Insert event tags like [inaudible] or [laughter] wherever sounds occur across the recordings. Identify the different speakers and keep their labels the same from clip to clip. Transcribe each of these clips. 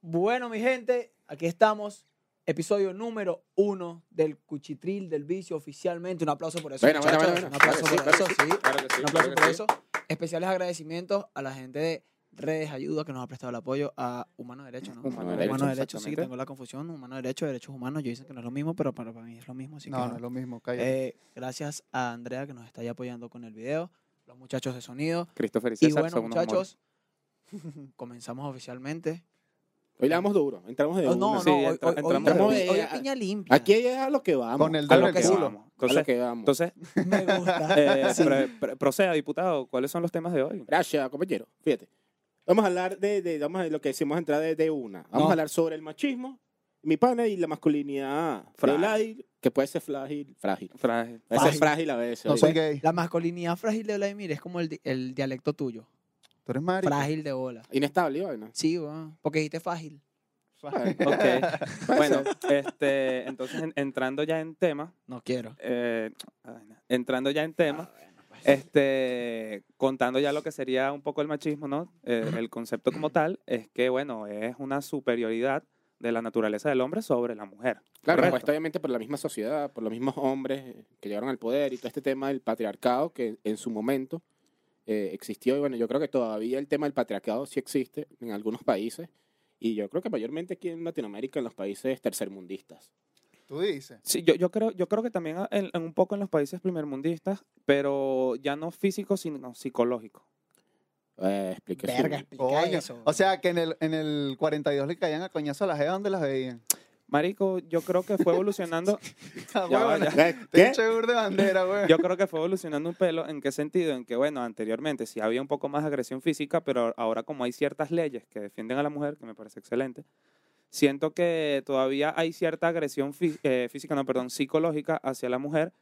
Speaker 1: Bueno, mi gente, aquí estamos. Episodio número uno del Cuchitril del Vicio oficialmente. Un aplauso por eso.
Speaker 2: Bueno, bueno,
Speaker 1: muchachos.
Speaker 2: bueno, bueno.
Speaker 1: Un aplauso
Speaker 2: Claro que
Speaker 1: por
Speaker 2: sí,
Speaker 1: eso, sí.
Speaker 2: Claro que sí,
Speaker 1: Un aplauso
Speaker 2: claro que
Speaker 1: por
Speaker 2: sí.
Speaker 1: eso. Especiales agradecimientos a la gente de Redes Ayuda que nos ha prestado el apoyo a Humano Derecho, ¿no?
Speaker 2: Humano Derecho,
Speaker 1: Derecho, sí,
Speaker 2: exactamente.
Speaker 1: tengo la confusión. Humano Derecho, Derechos Humanos. Yo dicen que no es lo mismo, pero para, para mí es lo mismo. Así que
Speaker 3: No,
Speaker 1: bueno.
Speaker 3: no es lo mismo, cállate.
Speaker 1: Eh, gracias a Andrea que nos está ahí apoyando con el video, los muchachos de sonido.
Speaker 2: Christopher
Speaker 1: Y
Speaker 2: y César
Speaker 1: bueno,
Speaker 2: son unos amores.
Speaker 1: muchachos, [laughs] comenzamos oficialmente.
Speaker 2: Hoy le damos duro, entramos de
Speaker 1: Oh,
Speaker 2: una.
Speaker 1: no,
Speaker 2: Sí,
Speaker 1: no, hoy,
Speaker 2: entra-
Speaker 1: hoy- hoy-
Speaker 2: entramos
Speaker 1: hoy-
Speaker 2: de-
Speaker 1: hoy es piña limpia.
Speaker 2: Aquí es a lo que vamos.
Speaker 3: Con el
Speaker 2: a
Speaker 3: dedo
Speaker 2: lo
Speaker 3: en
Speaker 2: que
Speaker 3: el
Speaker 1: culo.
Speaker 2: vamos. A lo que vamos.
Speaker 4: Entonces,
Speaker 1: [laughs]
Speaker 2: [laughs]
Speaker 1: me gusta.
Speaker 4: [laughs] eh, pre- pre- proceda, diputado, ¿cuáles son los temas de hoy?
Speaker 2: Gracias, compañero. Fíjate. Vamos a hablar de, de- vamos a lo que decimos entrar de, de una. Vamos
Speaker 1: No.
Speaker 2: a hablar sobre el machismo, mi pana y la masculinidad
Speaker 4: Frágil.
Speaker 2: frágil, que puede ser frágil, frágil.
Speaker 4: Frágil.
Speaker 2: Puede
Speaker 1: Frágil.
Speaker 2: ser frágil a veces.
Speaker 3: No
Speaker 2: oye.
Speaker 3: soy gay.
Speaker 1: La masculinidad frágil de Vladimir es como el, di- el dialecto tuyo.
Speaker 3: Tú eres marico.
Speaker 1: Frágil de bola.
Speaker 2: Inestable, bueno.
Speaker 1: Sí, weón, porque dijiste frágil.
Speaker 2: [laughs]
Speaker 4: Ok. bueno, este, entonces en- entrando ya en tema,
Speaker 1: No quiero.
Speaker 4: eh, ay, no. entrando ya en tema,
Speaker 2: Ah, pues
Speaker 4: este, contando ya lo que sería un poco el machismo, ¿no? Eh, el concepto como tal es que, bueno, es una superioridad de la naturaleza del hombre sobre la mujer.
Speaker 2: Claro, pues,
Speaker 4: Correcto.
Speaker 2: puesto obviamente por la misma sociedad, por los mismos hombres eh, que llegaron al poder y todo este tema del patriarcado que en su momento eh, existió. Y bueno, yo creo que todavía el tema del patriarcado sí existe en algunos países. Y yo creo que mayormente aquí en Latinoamérica, en los países tercermundistas.
Speaker 3: Tú dices.
Speaker 4: Sí, yo, yo, creo, yo creo que también ah, en- en un poco en los países primermundistas, pero ya no físico, sino psicológico.
Speaker 2: [laughs] Eh, explique su-
Speaker 1: Verga, explica
Speaker 3: Coño.
Speaker 1: eso.
Speaker 3: O sea, que en el, en el 42 le caían a coñazo a las jevas donde las veían. [laughs]
Speaker 4: Marico, yo creo que fue evolucionando.
Speaker 3: Ah,
Speaker 4: Ya va,
Speaker 3: huevona,
Speaker 4: ya.
Speaker 2: Eh,
Speaker 3: Te
Speaker 2: ¿Qué?
Speaker 3: eché burda de bandera, güey.
Speaker 4: Yo creo que fue evolucionando un pelo. ¿En qué sentido? En que, bueno, anteriormente sí había un poco más agresión física, pero ahora como hay ciertas leyes que defienden a la mujer, que me parece excelente, siento que todavía hay cierta agresión fí- eh, física, no, perdón, psicológica hacia la mujer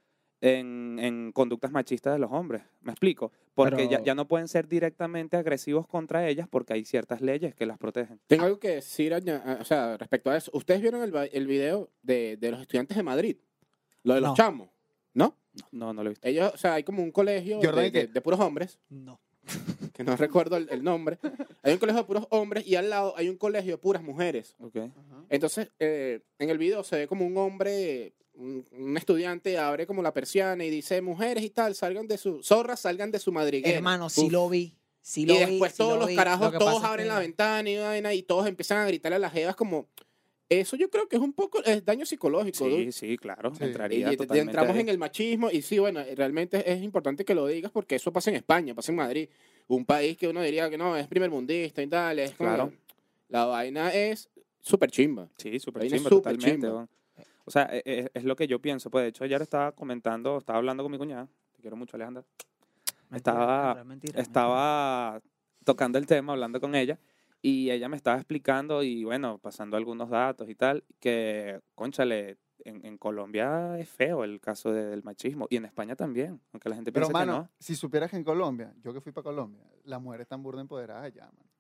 Speaker 4: en, en conductas machistas de los hombres. ¿Me explico? Porque ya,
Speaker 1: Pero-
Speaker 4: ya no pueden ser directamente agresivos contra ellas porque hay ciertas leyes que las protegen.
Speaker 2: Tengo algo que decir aña- a- o sea, respecto a eso. ¿Ustedes vieron el, va- el video de, de los estudiantes de Madrid? Lo de los
Speaker 1: No.
Speaker 2: chamos, ¿no?
Speaker 4: No, no lo he visto.
Speaker 2: Ellos, o sea, hay como un colegio de-
Speaker 3: Jordan, ¿y
Speaker 2: de-
Speaker 3: qué?
Speaker 2: de puros hombres.
Speaker 1: No.
Speaker 2: que no recuerdo el,
Speaker 1: [laughs]
Speaker 2: el nombre, hay un colegio de puros hombres y al lado hay un colegio de puras mujeres.
Speaker 4: Ok.
Speaker 3: Ajá.
Speaker 2: Entonces, eh, en el video se ve como un hombre, un, un estudiante abre como la persiana y dice, mujeres y tal, salgan de su, zorras, salgan de su madriguera.
Speaker 1: Hermano, sí
Speaker 2: Uf.
Speaker 1: lo vi. Sí lo
Speaker 2: Y
Speaker 1: vi.
Speaker 2: después
Speaker 1: sí
Speaker 2: todos
Speaker 1: lo
Speaker 2: los
Speaker 1: vi. Lo
Speaker 2: carajos,
Speaker 1: que
Speaker 2: todos
Speaker 1: pasa es
Speaker 2: abren
Speaker 1: que-
Speaker 2: la ventana y, vaina y todos empiezan a gritarle a las jevas como, eso yo creo que es un poco es daño psicológico. dude".
Speaker 4: Sí, sí, claro.
Speaker 3: Sí.
Speaker 2: Y
Speaker 4: Entraría
Speaker 2: te- te-
Speaker 4: totalmente
Speaker 2: entramos
Speaker 4: ahí.
Speaker 2: en el machismo y sí, bueno, realmente es importante que lo digas porque eso pasa en España, pasa en Madrid, un país que uno diría que no, es primermundista y tal, es como-
Speaker 4: Claro.
Speaker 2: La vaina es súper chimba.
Speaker 4: Sí, súper
Speaker 2: Ahí no es
Speaker 4: chimba,
Speaker 2: súper
Speaker 4: totalmente.
Speaker 2: chimba.
Speaker 4: weón. O sea, e- e- es, lo que yo pienso. Pues de hecho, ayer estaba comentando, estaba hablando con mi cuñada. Te quiero mucho, Alejandra.
Speaker 1: Mentira,
Speaker 4: Estaba-
Speaker 1: mentira, mentira,
Speaker 4: Estaba tocando el tema, hablando con ella. Y ella me estaba explicando y bueno, pasando algunos datos y tal, que, conchale, en, en Colombia es feo el caso de- del machismo. Y en España también, aunque la gente
Speaker 3: Pero,
Speaker 4: piensa que
Speaker 3: mano,
Speaker 4: no.
Speaker 3: si supieras que en Colombia, yo que fui para Colombia, las mujeres están burda empoderadas allá, mano.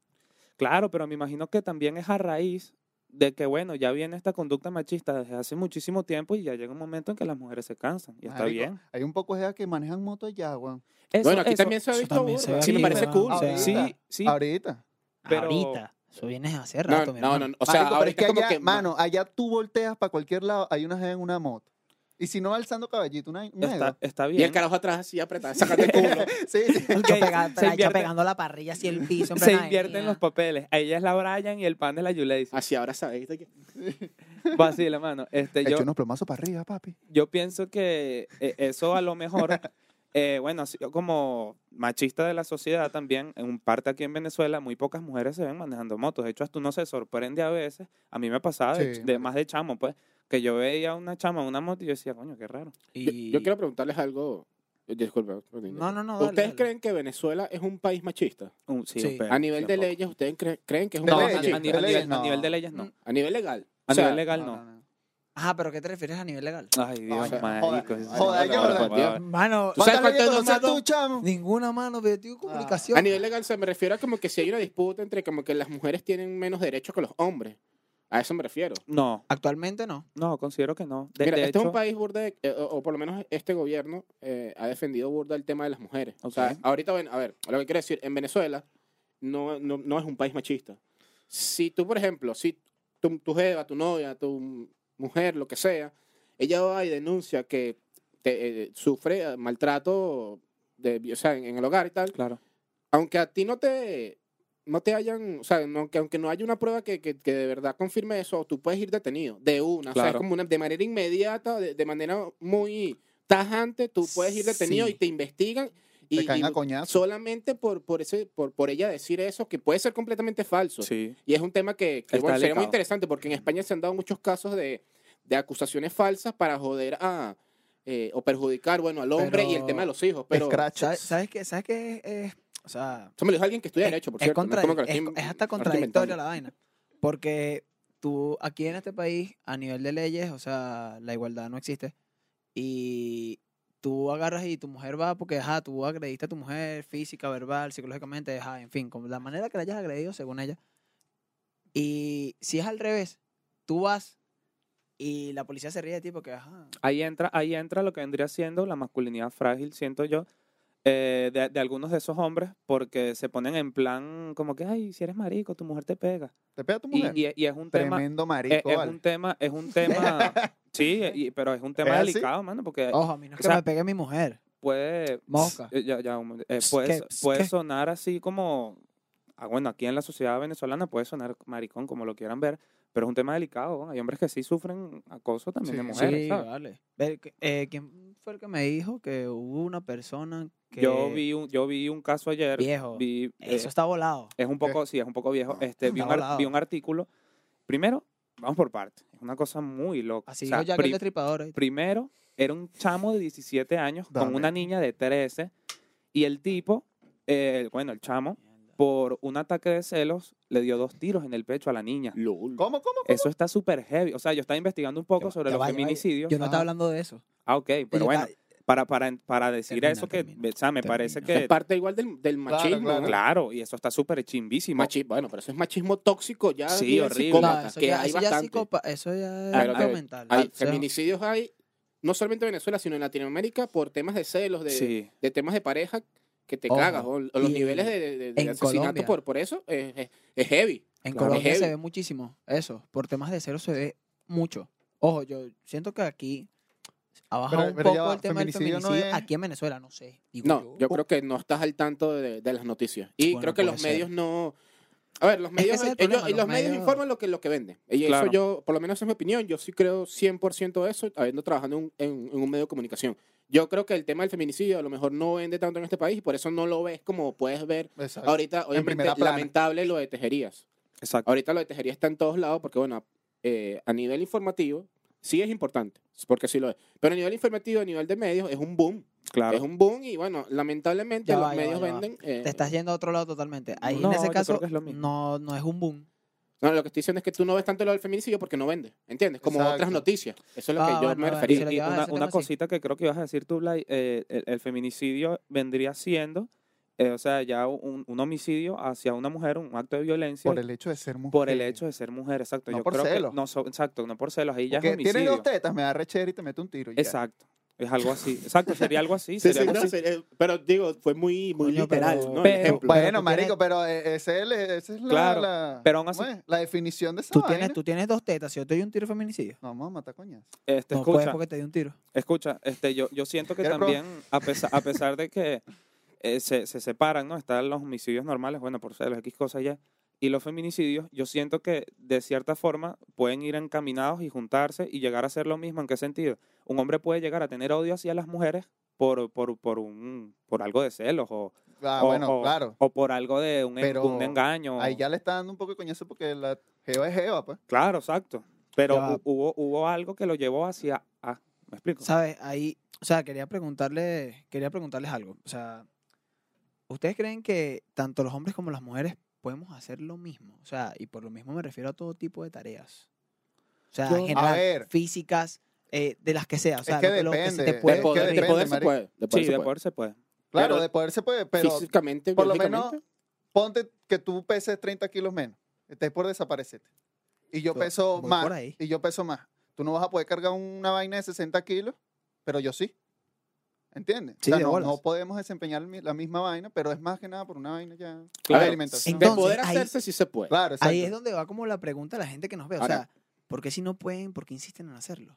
Speaker 4: Claro, pero me imagino que también es a raíz de que, bueno, ya viene esta conducta machista desde hace muchísimo tiempo y ya llega un momento en que las mujeres se cansan. Y está
Speaker 3: Marico,
Speaker 4: bien.
Speaker 3: Hay un poco de jevas que manejan moto allá, güey.
Speaker 4: Eso-
Speaker 2: bueno, aquí
Speaker 4: eso-
Speaker 2: también se ha
Speaker 1: eso
Speaker 2: visto.
Speaker 1: también se
Speaker 2: burda.
Speaker 1: ve
Speaker 2: sí, me
Speaker 1: aquí,
Speaker 2: parece
Speaker 1: weón,
Speaker 2: cool.
Speaker 1: o sea,
Speaker 4: Sí,
Speaker 3: Ahorita.
Speaker 4: sí.
Speaker 3: Ahorita.
Speaker 4: pero-
Speaker 1: Ahorita. Eso vienes hace
Speaker 2: No,
Speaker 1: rato, mi
Speaker 2: no,
Speaker 1: hermano.
Speaker 2: no, no, O sea,
Speaker 3: Marico, pero es
Speaker 2: ahorita
Speaker 3: que
Speaker 2: como
Speaker 3: allá,
Speaker 2: que.
Speaker 3: mano, allá tú volteas para cualquier lado, hay una jeva en una moto. Y si no, alzando caballito, una, una
Speaker 4: Está, [laughs]
Speaker 3: jeva.
Speaker 4: está bien.
Speaker 2: Y el carajo atrás así apretado, sacate el
Speaker 1: [laughs]
Speaker 2: culo.
Speaker 3: Sí, sí.
Speaker 1: Yo pega-
Speaker 4: Ok, se
Speaker 1: la hecha
Speaker 4: invierte-
Speaker 1: pegando la parrilla así el piso. en
Speaker 4: se
Speaker 1: plena
Speaker 4: invierten
Speaker 1: avenida.
Speaker 4: los papeles. A Ella es la Brian y el pan de la Yulei. [laughs]
Speaker 2: Así ahora sabes. ¿viste?
Speaker 4: Vacila, mano. Este, yo,
Speaker 3: Echa unos plomazos para arriba, papi.
Speaker 4: yo pienso que eh, eso a lo mejor, eh, bueno, así como machista de la sociedad también, en un parte aquí en Venezuela, muy pocas mujeres se ven manejando motos. De hecho, hasta uno se sorprende a veces. A mí me pasaba, de,
Speaker 3: Sí,
Speaker 4: de-
Speaker 3: marico.
Speaker 4: más de chamo, pues, que yo veía a una chama en una moto y yo decía, coño, qué raro.
Speaker 2: Yo,
Speaker 1: Y-
Speaker 2: yo quiero preguntarles algo. eh, Disculpa.
Speaker 1: No, no, no. dale,
Speaker 2: ¿Ustedes
Speaker 1: dale.
Speaker 2: creen que Venezuela es un país machista?
Speaker 4: Un- Uh, sí,
Speaker 1: Sí.
Speaker 4: un perro,
Speaker 2: A nivel de
Speaker 4: Eh, tampoco.
Speaker 2: leyes, ¿ustedes cre- creen que es un
Speaker 4: No, a,
Speaker 3: De
Speaker 2: país
Speaker 3: leyes,
Speaker 4: a-
Speaker 2: machista?
Speaker 4: a
Speaker 3: de
Speaker 4: nivel,
Speaker 3: leyes,
Speaker 4: a nivel de
Speaker 3: no.
Speaker 4: leyes no.
Speaker 2: A nivel legal.
Speaker 4: A
Speaker 2: O sea,
Speaker 4: nivel legal no.
Speaker 1: Ajá, pero ¿qué te refieres a nivel legal?
Speaker 4: Ay,
Speaker 3: O
Speaker 4: Dios,
Speaker 3: sea,
Speaker 4: marico.
Speaker 3: joda,
Speaker 4: sí,
Speaker 3: joda,
Speaker 4: sí,
Speaker 3: yo
Speaker 4: sí,
Speaker 3: la-
Speaker 4: por favor.
Speaker 1: Mano,
Speaker 2: ¿Tú sabes
Speaker 3: ¿Cuántas
Speaker 2: cuánto
Speaker 3: leyes
Speaker 2: es dos
Speaker 3: conoces
Speaker 2: más dos?
Speaker 3: tú, chamo?
Speaker 1: ninguna mano, pero yo tengo comunicación.
Speaker 2: A nivel legal se me refiero a como que si hay una disputa entre como que las mujeres tienen menos derechos que los hombres. A eso me refiero.
Speaker 4: No,
Speaker 1: Actualmente no.
Speaker 4: no, considero que no. De,
Speaker 2: Mira,
Speaker 4: de
Speaker 2: este es
Speaker 4: hecho,
Speaker 2: un país burda, de- eh, o, o por lo menos este gobierno eh, ha defendido burda el tema de las mujeres. O sea,
Speaker 4: Ok.
Speaker 2: ahorita, ven, a ver, lo que quiero decir, en Venezuela no, no, no es un país machista. O si tú, por ejemplo, si tu, tu jeva, tu novia, tu mujer, lo que sea, ella va y denuncia que te, eh, sufre eh, maltrato de, o sea, en, en el hogar y tal,
Speaker 4: Claro.
Speaker 2: aunque a ti no te no te hayan, o sea, no, que aunque no haya una prueba que, que, que de verdad confirme eso, tú puedes ir detenido de una, o sea, es
Speaker 4: Claro.
Speaker 2: como una, de manera inmediata, de, de manera muy tajante, tú puedes ir detenido
Speaker 4: Sí.
Speaker 2: y te investigan y,
Speaker 3: Te caen
Speaker 2: y
Speaker 3: a coñazo.
Speaker 2: solamente por por ese por por ella decir eso que puede ser completamente falso.
Speaker 4: Sí.
Speaker 2: Y es un tema que, que,
Speaker 4: Está
Speaker 2: bueno, sería muy
Speaker 4: delicado.
Speaker 2: interesante porque en España se han dado muchos casos de, de acusaciones falsas para joder a eh, o perjudicar, bueno, al hombre y el
Speaker 1: Pero-
Speaker 2: tema de los hijos, pero
Speaker 1: ¿Sabes,
Speaker 3: Scratches.
Speaker 1: sabes qué? ¿Sabes qué es, es- o sea,
Speaker 2: eso me lo dijo alguien que estudia
Speaker 1: es-
Speaker 2: derecho, por
Speaker 1: es
Speaker 2: cierto. no
Speaker 1: contra-
Speaker 2: como que lo
Speaker 1: es-
Speaker 2: estoy-
Speaker 1: es
Speaker 2: lo
Speaker 1: hasta
Speaker 2: estoy
Speaker 1: contradictoria
Speaker 2: inventando.
Speaker 1: la vaina. Porque tú, aquí en este país, a nivel de leyes, o sea, la igualdad no existe. Y tú agarras y tu mujer va porque, ajá, tú agrediste a tu mujer física, verbal, psicológicamente, ajá, en fin, con la manera que la hayas agredido, según ella. Y si es al revés, tú vas y la policía se ríe de ti porque, ajá,
Speaker 4: Ahí entra, ahí entra lo que vendría siendo la masculinidad frágil, siento yo, eh, de, de algunos de esos hombres, porque se ponen en plan como que, ay, si eres marico, tu mujer te pega.
Speaker 3: ¿Te pega tu
Speaker 4: Y,
Speaker 3: mujer?
Speaker 4: y- y es un tema, es,
Speaker 3: Tremendo marico,
Speaker 4: es
Speaker 3: vale.
Speaker 4: un tema, es un
Speaker 3: [laughs]
Speaker 4: tema, sí, y- pero es un tema
Speaker 3: ¿Es así?
Speaker 4: delicado, mano, porque
Speaker 1: ojo, a mí no es que
Speaker 4: Eh, o sea,
Speaker 1: me pegue mi mujer.
Speaker 4: puede,
Speaker 1: Mosca.
Speaker 4: eh, ya- ya, un momento, eh,
Speaker 1: Ps,
Speaker 4: puede,
Speaker 1: ¿qué?
Speaker 4: so-
Speaker 1: Ps,
Speaker 4: puede
Speaker 1: ¿qué?
Speaker 4: sonar así como, ah, bueno, aquí en la sociedad venezolana puede sonar maricón, como lo quieran ver, pero es un tema delicado, ¿no? hay hombres que sí sufren acoso también de
Speaker 3: Sí,
Speaker 4: mujeres,
Speaker 1: sí,
Speaker 4: ¿sabes?
Speaker 1: vale. Ver que- eh, ¿Quién fue el que me dijo que hubo una persona que...
Speaker 4: Yo vi un, yo vi un caso ayer.
Speaker 1: Viejo,
Speaker 4: vi, eh,
Speaker 1: Eso está volado.
Speaker 4: es un poco, sí, es un poco viejo. Este, vi,
Speaker 1: Está
Speaker 4: un ar-
Speaker 1: volado.
Speaker 4: vi un artículo. Primero, vamos por partes. Es una cosa muy loca.
Speaker 1: Así
Speaker 4: O sea,
Speaker 1: dijo Jack
Speaker 4: pri-
Speaker 1: el Destripador. ¿oíste?
Speaker 4: primero, era un chamo de 17 años con
Speaker 3: Dame.
Speaker 4: una niña de 13. Y el tipo, eh, bueno, el chamo, por un ataque de celos, le dio dos tiros en el pecho a la niña.
Speaker 2: Lul.
Speaker 3: ¿Cómo, cómo?
Speaker 4: Eso está súper heavy. O sea, yo estaba investigando un poco
Speaker 1: Ya va-
Speaker 4: sobre
Speaker 1: ya
Speaker 4: los
Speaker 1: va, ya va,
Speaker 4: feminicidios.
Speaker 1: Yo no
Speaker 3: Ajá.
Speaker 1: estaba hablando de eso.
Speaker 4: Ah, ok, pero
Speaker 1: Yo
Speaker 4: bueno,
Speaker 1: estaba-
Speaker 4: para, para, para decir
Speaker 1: Termina,
Speaker 4: eso que,
Speaker 1: termina,
Speaker 4: o sea, me parece
Speaker 1: termina.
Speaker 4: que
Speaker 2: Es parte igual del, del machismo.
Speaker 3: claro.
Speaker 2: ¿no?
Speaker 4: Claro, y eso está súper chimbísimo.
Speaker 2: Machi- bueno, pero eso es machismo tóxico ya.
Speaker 4: Sí,
Speaker 2: nivel
Speaker 4: horrible.
Speaker 2: psicópata,
Speaker 1: No, eso
Speaker 2: que
Speaker 1: ya,
Speaker 2: hay
Speaker 1: eso ya es
Speaker 2: bastante.
Speaker 1: psicopa- eso ya es
Speaker 4: Pero
Speaker 1: algo
Speaker 2: que-
Speaker 1: mental.
Speaker 2: Hay
Speaker 1: O sea,
Speaker 2: feminicidios hay, no solamente en Venezuela, sino en Latinoamérica, por temas de celos, de,
Speaker 4: sí.
Speaker 2: de temas de pareja que te
Speaker 1: Ojo,
Speaker 2: cagas. O, o los
Speaker 1: y
Speaker 2: niveles de, de- de- de
Speaker 1: en
Speaker 2: asesinato
Speaker 1: Colombia.
Speaker 2: por, por eso es, es- es heavy.
Speaker 1: En
Speaker 2: Claro.
Speaker 1: Colombia
Speaker 2: Es
Speaker 1: se
Speaker 2: heavy.
Speaker 1: ve muchísimo eso. Por temas de cero se ve mucho. Ojo, yo siento que aquí ha bajado
Speaker 3: Pero-
Speaker 1: un
Speaker 3: pero ya
Speaker 1: poco
Speaker 3: va,
Speaker 1: el tema del
Speaker 3: feminicidio no
Speaker 1: feminicidio.
Speaker 3: es-
Speaker 1: Aquí en Venezuela, no sé. digo
Speaker 2: No, yo creo que no estás al tanto de, de las noticias. Y
Speaker 1: Bueno,
Speaker 2: creo que
Speaker 1: puede
Speaker 2: los
Speaker 1: ser.
Speaker 2: medios no. A ver, los
Speaker 1: que
Speaker 2: medios,
Speaker 1: ese es el
Speaker 2: ellos-
Speaker 1: problema,
Speaker 2: y
Speaker 1: los
Speaker 2: los medios
Speaker 1: medios-
Speaker 2: informan lo que, lo que venden. Y
Speaker 4: Claro.
Speaker 2: eso yo, por lo menos esa es mi opinión, yo sí creo 100% de eso, habiendo trabajado en, un- en- en un medio de comunicación. Yo creo que el tema del feminicidio a lo mejor no vende tanto en este país y por eso no lo ves como puedes ver
Speaker 3: Exacto.
Speaker 2: ahorita. Obviamente,
Speaker 3: primera plana.
Speaker 2: lamentable lo de tejerías.
Speaker 4: Exacto.
Speaker 2: Ahorita lo de tejería está en todos lados porque, bueno, eh, a nivel informativo sí es importante, porque sí lo es. Pero a nivel informativo, a nivel de medios, es un boom.
Speaker 4: claro.
Speaker 2: Es un boom y bueno, lamentablemente
Speaker 1: Ya
Speaker 2: los
Speaker 1: va, ya va,
Speaker 2: medios
Speaker 1: ya va.
Speaker 2: venden. eh,
Speaker 1: Te estás yendo a otro lado totalmente. Ahí
Speaker 4: No,
Speaker 1: en ese
Speaker 4: yo
Speaker 1: caso
Speaker 4: creo que es lo mismo.
Speaker 1: no, no es un boom.
Speaker 2: no, lo que estoy diciendo es que tú no ves tanto lo del feminicidio porque no vende, ¿entiendes? Como
Speaker 3: Exacto.
Speaker 2: otras noticias. Eso es lo
Speaker 1: Ah,
Speaker 2: que yo
Speaker 1: bueno,
Speaker 2: me
Speaker 1: bueno,
Speaker 4: Y-
Speaker 1: Y
Speaker 2: refería.
Speaker 1: se lo
Speaker 4: y
Speaker 1: llevas a
Speaker 4: una,
Speaker 1: ese
Speaker 4: una
Speaker 1: tema así.
Speaker 4: cosita que creo que ibas a decir tú, Blay, eh, el, el feminicidio vendría siendo, eh, o sea, ya un, un homicidio hacia una mujer, un acto de violencia
Speaker 3: Por el hecho de ser mujer.
Speaker 4: por el hecho de ser mujer, exacto.
Speaker 3: No
Speaker 4: Yo
Speaker 3: por
Speaker 4: creo que
Speaker 3: celos.
Speaker 4: no so- exacto, no por celos, ahí ya
Speaker 3: Porque
Speaker 4: es homicidio.
Speaker 3: tienes dos tetas, me da rechera y te mete un tiro. y ya.
Speaker 4: exacto. Es
Speaker 3: [laughs]
Speaker 4: algo así. Exacto, sería algo así.
Speaker 2: Sí,
Speaker 4: sería
Speaker 2: sí,
Speaker 4: algo
Speaker 2: no,
Speaker 4: así.
Speaker 2: sí, eh, pero digo, fue muy, muy
Speaker 1: Coño,
Speaker 2: literal,
Speaker 1: pero-
Speaker 2: ¿no? El
Speaker 4: pero-
Speaker 2: ejemplo.
Speaker 1: Pero
Speaker 3: Bueno,
Speaker 1: tú
Speaker 3: marico,
Speaker 1: tienes-
Speaker 3: pero eh, ese es el- esa es la,
Speaker 4: Claro,
Speaker 3: la-
Speaker 4: pero aún así-
Speaker 3: ¿cómo es? la definición de esa
Speaker 1: Tú
Speaker 3: vaina.
Speaker 1: tienes, tú tienes dos tetas. Si yo te doy un tiro de feminicidio,
Speaker 3: No, vamos a matar coñas.
Speaker 4: Este,
Speaker 1: no puedes
Speaker 4: escucha,
Speaker 1: porque te di un tiro.
Speaker 4: escucha, este, yo, yo siento que
Speaker 3: Quiero probar.
Speaker 4: también, a pesar, a pesar de que eh, se, se separan, ¿no? Están los homicidios normales, bueno, por ser los X cosas ya, y los feminicidios, yo siento que de cierta forma pueden ir encaminados y juntarse y llegar a ser lo mismo. ¿En qué sentido? Un hombre puede llegar a tener odio hacia las mujeres por, por, por, un, por algo de celos o,
Speaker 3: Ah,
Speaker 4: o-
Speaker 3: bueno,
Speaker 4: o-
Speaker 3: claro.
Speaker 4: o por algo de un, en-
Speaker 3: Pero
Speaker 4: un engaño.
Speaker 3: Ahí ya le está dando un poco de coñazo porque la jeva es jeva, pues.
Speaker 4: Claro, exacto. Pero
Speaker 1: Ya va.
Speaker 4: hu- hubo, hubo algo que lo llevó hacia... Ah, ¿me explico?
Speaker 1: ¿Sabes? Ahí, o sea, quería preguntarle, quería preguntarles algo. O sea, ¿ustedes creen que tanto los hombres como las mujeres podemos hacer lo mismo? O sea, y por lo mismo me refiero a todo tipo de tareas. O sea,
Speaker 3: Yo-
Speaker 1: en
Speaker 3: A
Speaker 1: general,
Speaker 3: ver.
Speaker 1: físicas, eh, de las que sea. O sea,
Speaker 3: que
Speaker 1: lo lo se
Speaker 3: depende.
Speaker 1: te
Speaker 2: De
Speaker 1: puede
Speaker 3: es que
Speaker 2: poder, de
Speaker 1: ocurrir.
Speaker 3: depende,
Speaker 2: poder se
Speaker 3: marico.
Speaker 2: puede. De poder
Speaker 4: sí,
Speaker 2: se
Speaker 4: de
Speaker 2: puede.
Speaker 4: poder se puede.
Speaker 3: Claro,
Speaker 2: Pero
Speaker 3: de poder se puede, pero
Speaker 2: Físicamente,
Speaker 3: por lo menos-
Speaker 2: biológicamente,
Speaker 3: ponte que tú peses 30 kilos menos. Estás por desaparecerte. Y yo
Speaker 1: Yo
Speaker 3: peso
Speaker 1: voy
Speaker 3: más.
Speaker 1: por ahí.
Speaker 3: Y yo peso más. Tú no vas a poder cargar una vaina de 60 kilos, pero yo sí. ¿Entiendes?
Speaker 1: Sí,
Speaker 3: o
Speaker 1: de
Speaker 3: sea, no,
Speaker 1: bolas.
Speaker 3: no podemos desempeñar mi- la misma vaina, pero es más que nada por una vaina ya
Speaker 2: Claro.
Speaker 3: de alimentación.
Speaker 2: De
Speaker 1: Entonces,
Speaker 2: poder
Speaker 1: ahí-
Speaker 2: hacerse si se puede.
Speaker 3: claro, exacto.
Speaker 1: Ahí es donde va como la pregunta a la gente que nos ve. O
Speaker 2: Ahora-
Speaker 1: sea, ¿por qué si no pueden, por qué insisten en hacerlo?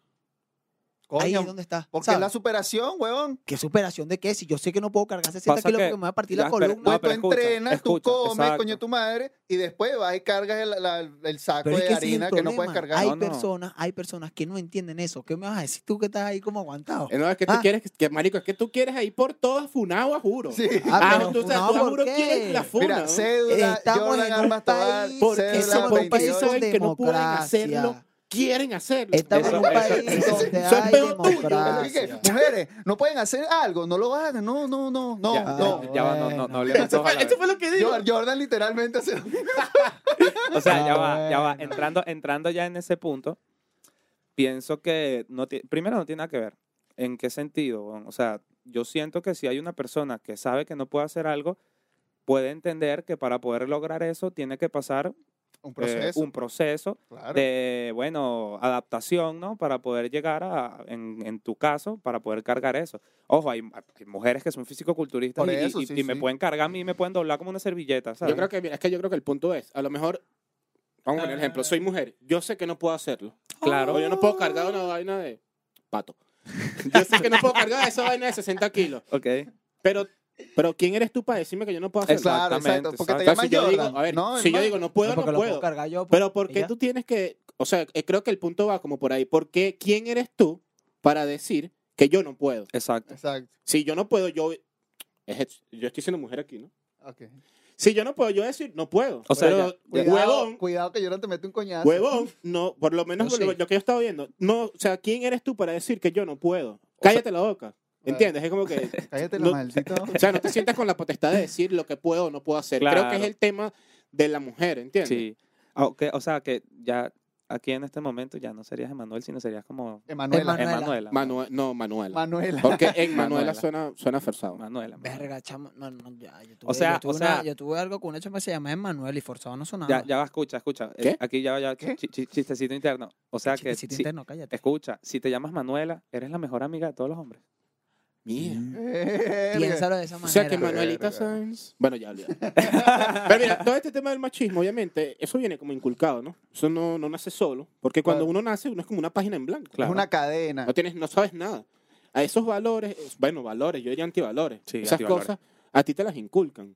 Speaker 3: Coño,
Speaker 1: Ahí es donde está.
Speaker 3: porque
Speaker 1: ¿sabes?
Speaker 3: es la superación, huevón.
Speaker 1: ¿Qué superación de qué? Si yo sé que no puedo cargar 60
Speaker 4: Pasa
Speaker 1: kilos
Speaker 4: que-
Speaker 1: porque me voy a partir
Speaker 4: ya,
Speaker 1: la
Speaker 4: pero-
Speaker 1: columna.
Speaker 4: no,
Speaker 3: Pues tú entrenas,
Speaker 4: escucha,
Speaker 3: tú comes,
Speaker 4: exacto.
Speaker 3: coño tu madre, y después vas y cargas el, la- el saco
Speaker 1: Pero es
Speaker 3: de
Speaker 1: que ese es el
Speaker 3: harina que no
Speaker 1: problema.
Speaker 3: puedes cargar.
Speaker 1: Hay
Speaker 4: No, no.
Speaker 1: personas, hay personas que no entienden eso. ¿Qué me vas a decir tú que estás ahí como aguantado?
Speaker 2: Eh, No, es que tú
Speaker 1: Ah.
Speaker 2: quieres, que- que marico, es que tú quieres ahí por todas Funagua, juro.
Speaker 3: Sí.
Speaker 4: [laughs]
Speaker 2: Ah,
Speaker 1: pero
Speaker 2: tú, o sea,
Speaker 1: funado,
Speaker 2: tú a
Speaker 1: ¿por
Speaker 2: juro
Speaker 1: qué?
Speaker 2: quieres la funa.
Speaker 3: Mira,
Speaker 2: ¿no?
Speaker 3: cédula,
Speaker 1: Estamos
Speaker 3: Jordan
Speaker 1: en un
Speaker 3: Armas Tobar,
Speaker 1: país-
Speaker 2: porque
Speaker 1: cédula
Speaker 2: son
Speaker 3: cédula
Speaker 2: por países
Speaker 3: 22.
Speaker 2: saben que no pueden
Speaker 1: democracia.
Speaker 2: hacerlo, quieren hacerlo.
Speaker 1: Estamos en un
Speaker 4: Eso- eso-
Speaker 1: país
Speaker 4: eso-
Speaker 1: donde
Speaker 2: eso es
Speaker 1: hay
Speaker 2: peor tuyo.
Speaker 1: democracia.
Speaker 3: Que, Mujeres, no pueden hacer algo, no lo hagan, no, no, no, no,
Speaker 4: Ya,
Speaker 3: no.
Speaker 4: ya, ya va, no, no, no hablemos
Speaker 2: Eso
Speaker 4: todos a
Speaker 2: fue,
Speaker 4: la
Speaker 2: eso
Speaker 4: vez.
Speaker 2: fue lo que digo.
Speaker 3: Jor- Jordan literalmente hace...
Speaker 4: O sea,
Speaker 1: Ah,
Speaker 4: ya va, ya va.
Speaker 1: bueno.
Speaker 4: Entrando, entrando ya en ese punto, pienso que no ti- primero no tiene nada que ver. ¿En qué sentido? weón? O sea, yo siento que si hay una persona que sabe que no puede hacer algo, puede entender que para poder lograr eso tiene que pasar eh,
Speaker 3: Un proceso.
Speaker 4: un proceso
Speaker 3: claro.
Speaker 4: de, bueno, adaptación, ¿no? Para poder llegar a, en, en tu caso, para poder cargar eso. Ojo, hay, hay mujeres que son fisicoculturistas
Speaker 3: Por
Speaker 4: y, y-
Speaker 3: eso,
Speaker 4: y-
Speaker 3: sí,
Speaker 4: y me
Speaker 3: sí.
Speaker 4: pueden cargar a mí y me pueden doblar como una servilleta, ¿sabes?
Speaker 2: Yo creo que, mira, es que yo creo que el punto es, a lo mejor, vamos a poner un ejemplo, soy mujer, yo sé que no puedo hacerlo.
Speaker 4: Claro.
Speaker 2: O yo no puedo cargar una vaina de pato. [laughs] Yo sé que no puedo cargar esa vaina de 60 kilos.
Speaker 4: Ok.
Speaker 2: Pero, pero ¿quién eres tú para decirme que yo no puedo hacerlo?
Speaker 4: Exacto.
Speaker 3: Claro, exacto.
Speaker 4: Exactamente,
Speaker 3: Porque te
Speaker 2: Entonces,
Speaker 3: llaman
Speaker 2: si yo digo,
Speaker 3: Jordan.
Speaker 2: a ver,
Speaker 3: no,
Speaker 2: si yo
Speaker 3: hermano.
Speaker 2: digo no puedo,
Speaker 1: No,
Speaker 2: no
Speaker 1: porque lo puedo
Speaker 2: puedo.
Speaker 1: cargar yo. pues,
Speaker 2: Pero ¿por
Speaker 1: y
Speaker 2: qué
Speaker 1: ya.
Speaker 2: tú tienes que, o sea, eh, creo que el punto va como por ahí, ¿por qué quién eres tú para decir que yo no puedo?
Speaker 4: Exacto.
Speaker 3: Exacto.
Speaker 2: Si yo no puedo, yo es- yo estoy siendo mujer aquí, ¿no?
Speaker 3: Ok.
Speaker 2: Si yo no puedo, yo decir no puedo.
Speaker 4: O sea,
Speaker 2: Pero,
Speaker 3: Cuidado,
Speaker 2: huevón,
Speaker 3: cuidado que Jordan te mete un coñazo.
Speaker 2: huevón, no, por lo menos
Speaker 1: Yo
Speaker 2: lo,
Speaker 1: sí.
Speaker 2: lo que yo estaba viendo, no, o sea, ¿quién eres tú para decir que yo no puedo? Cállate la boca. ¿Entiendes? Es como que
Speaker 3: Cállate
Speaker 2: No-
Speaker 3: la maldita.
Speaker 2: O sea, no te sientas con la potestad de decir lo que puedo o no puedo hacer. Creo que
Speaker 4: Claro.
Speaker 2: es el tema de la mujer, ¿entiendes?
Speaker 4: Sí. Aunque, o sea, que ya aquí en este momento ya no serías Emanuel, sino serías como
Speaker 3: Emanuela.
Speaker 1: Emanuela.
Speaker 4: Emanuela.
Speaker 2: Manue- no, Manuela.
Speaker 3: Manuela.
Speaker 2: Porque en
Speaker 4: Manuela.
Speaker 2: Manuela suena, suena forzado.
Speaker 4: Manuela. Manuela.
Speaker 1: Verga, chamo. No, no, ya. Yo tuve,
Speaker 4: O sea,
Speaker 1: yo tuve
Speaker 4: o sea-
Speaker 1: una- yo tuve algo con un hecho que se llamaba Emanuel y forzado no sonaba.
Speaker 4: Ya, ya va, escucha, escucha. Eh,
Speaker 2: ¿Qué?
Speaker 4: aquí ya va, ya va,
Speaker 3: ¿Qué?
Speaker 4: chi- chi- chistecito interno. O sea que,
Speaker 1: Chistecito
Speaker 4: si-
Speaker 1: interno, cállate.
Speaker 4: escucha, si te llamas Manuela, eres la mejor amiga de todos los hombres.
Speaker 2: Mierda.
Speaker 3: [laughs] Verga.
Speaker 1: Piénsalo de esa manera.
Speaker 2: O sea que Manuelita
Speaker 3: Verga.
Speaker 2: Sanz. Bueno, ya olvidé. Pero mira, todo este tema del machismo, obviamente, eso viene como inculcado, ¿no? Eso no, no nace solo. Porque cuando
Speaker 3: Claro.
Speaker 2: uno nace, uno es como una página en blanco.
Speaker 4: Claro.
Speaker 3: Es una cadena.
Speaker 2: No, tienes, no sabes nada. A esos valores, es- bueno, valores, yo diría antivalores.
Speaker 4: Sí,
Speaker 2: Esas
Speaker 4: antivalores.
Speaker 2: cosas a ti te las inculcan.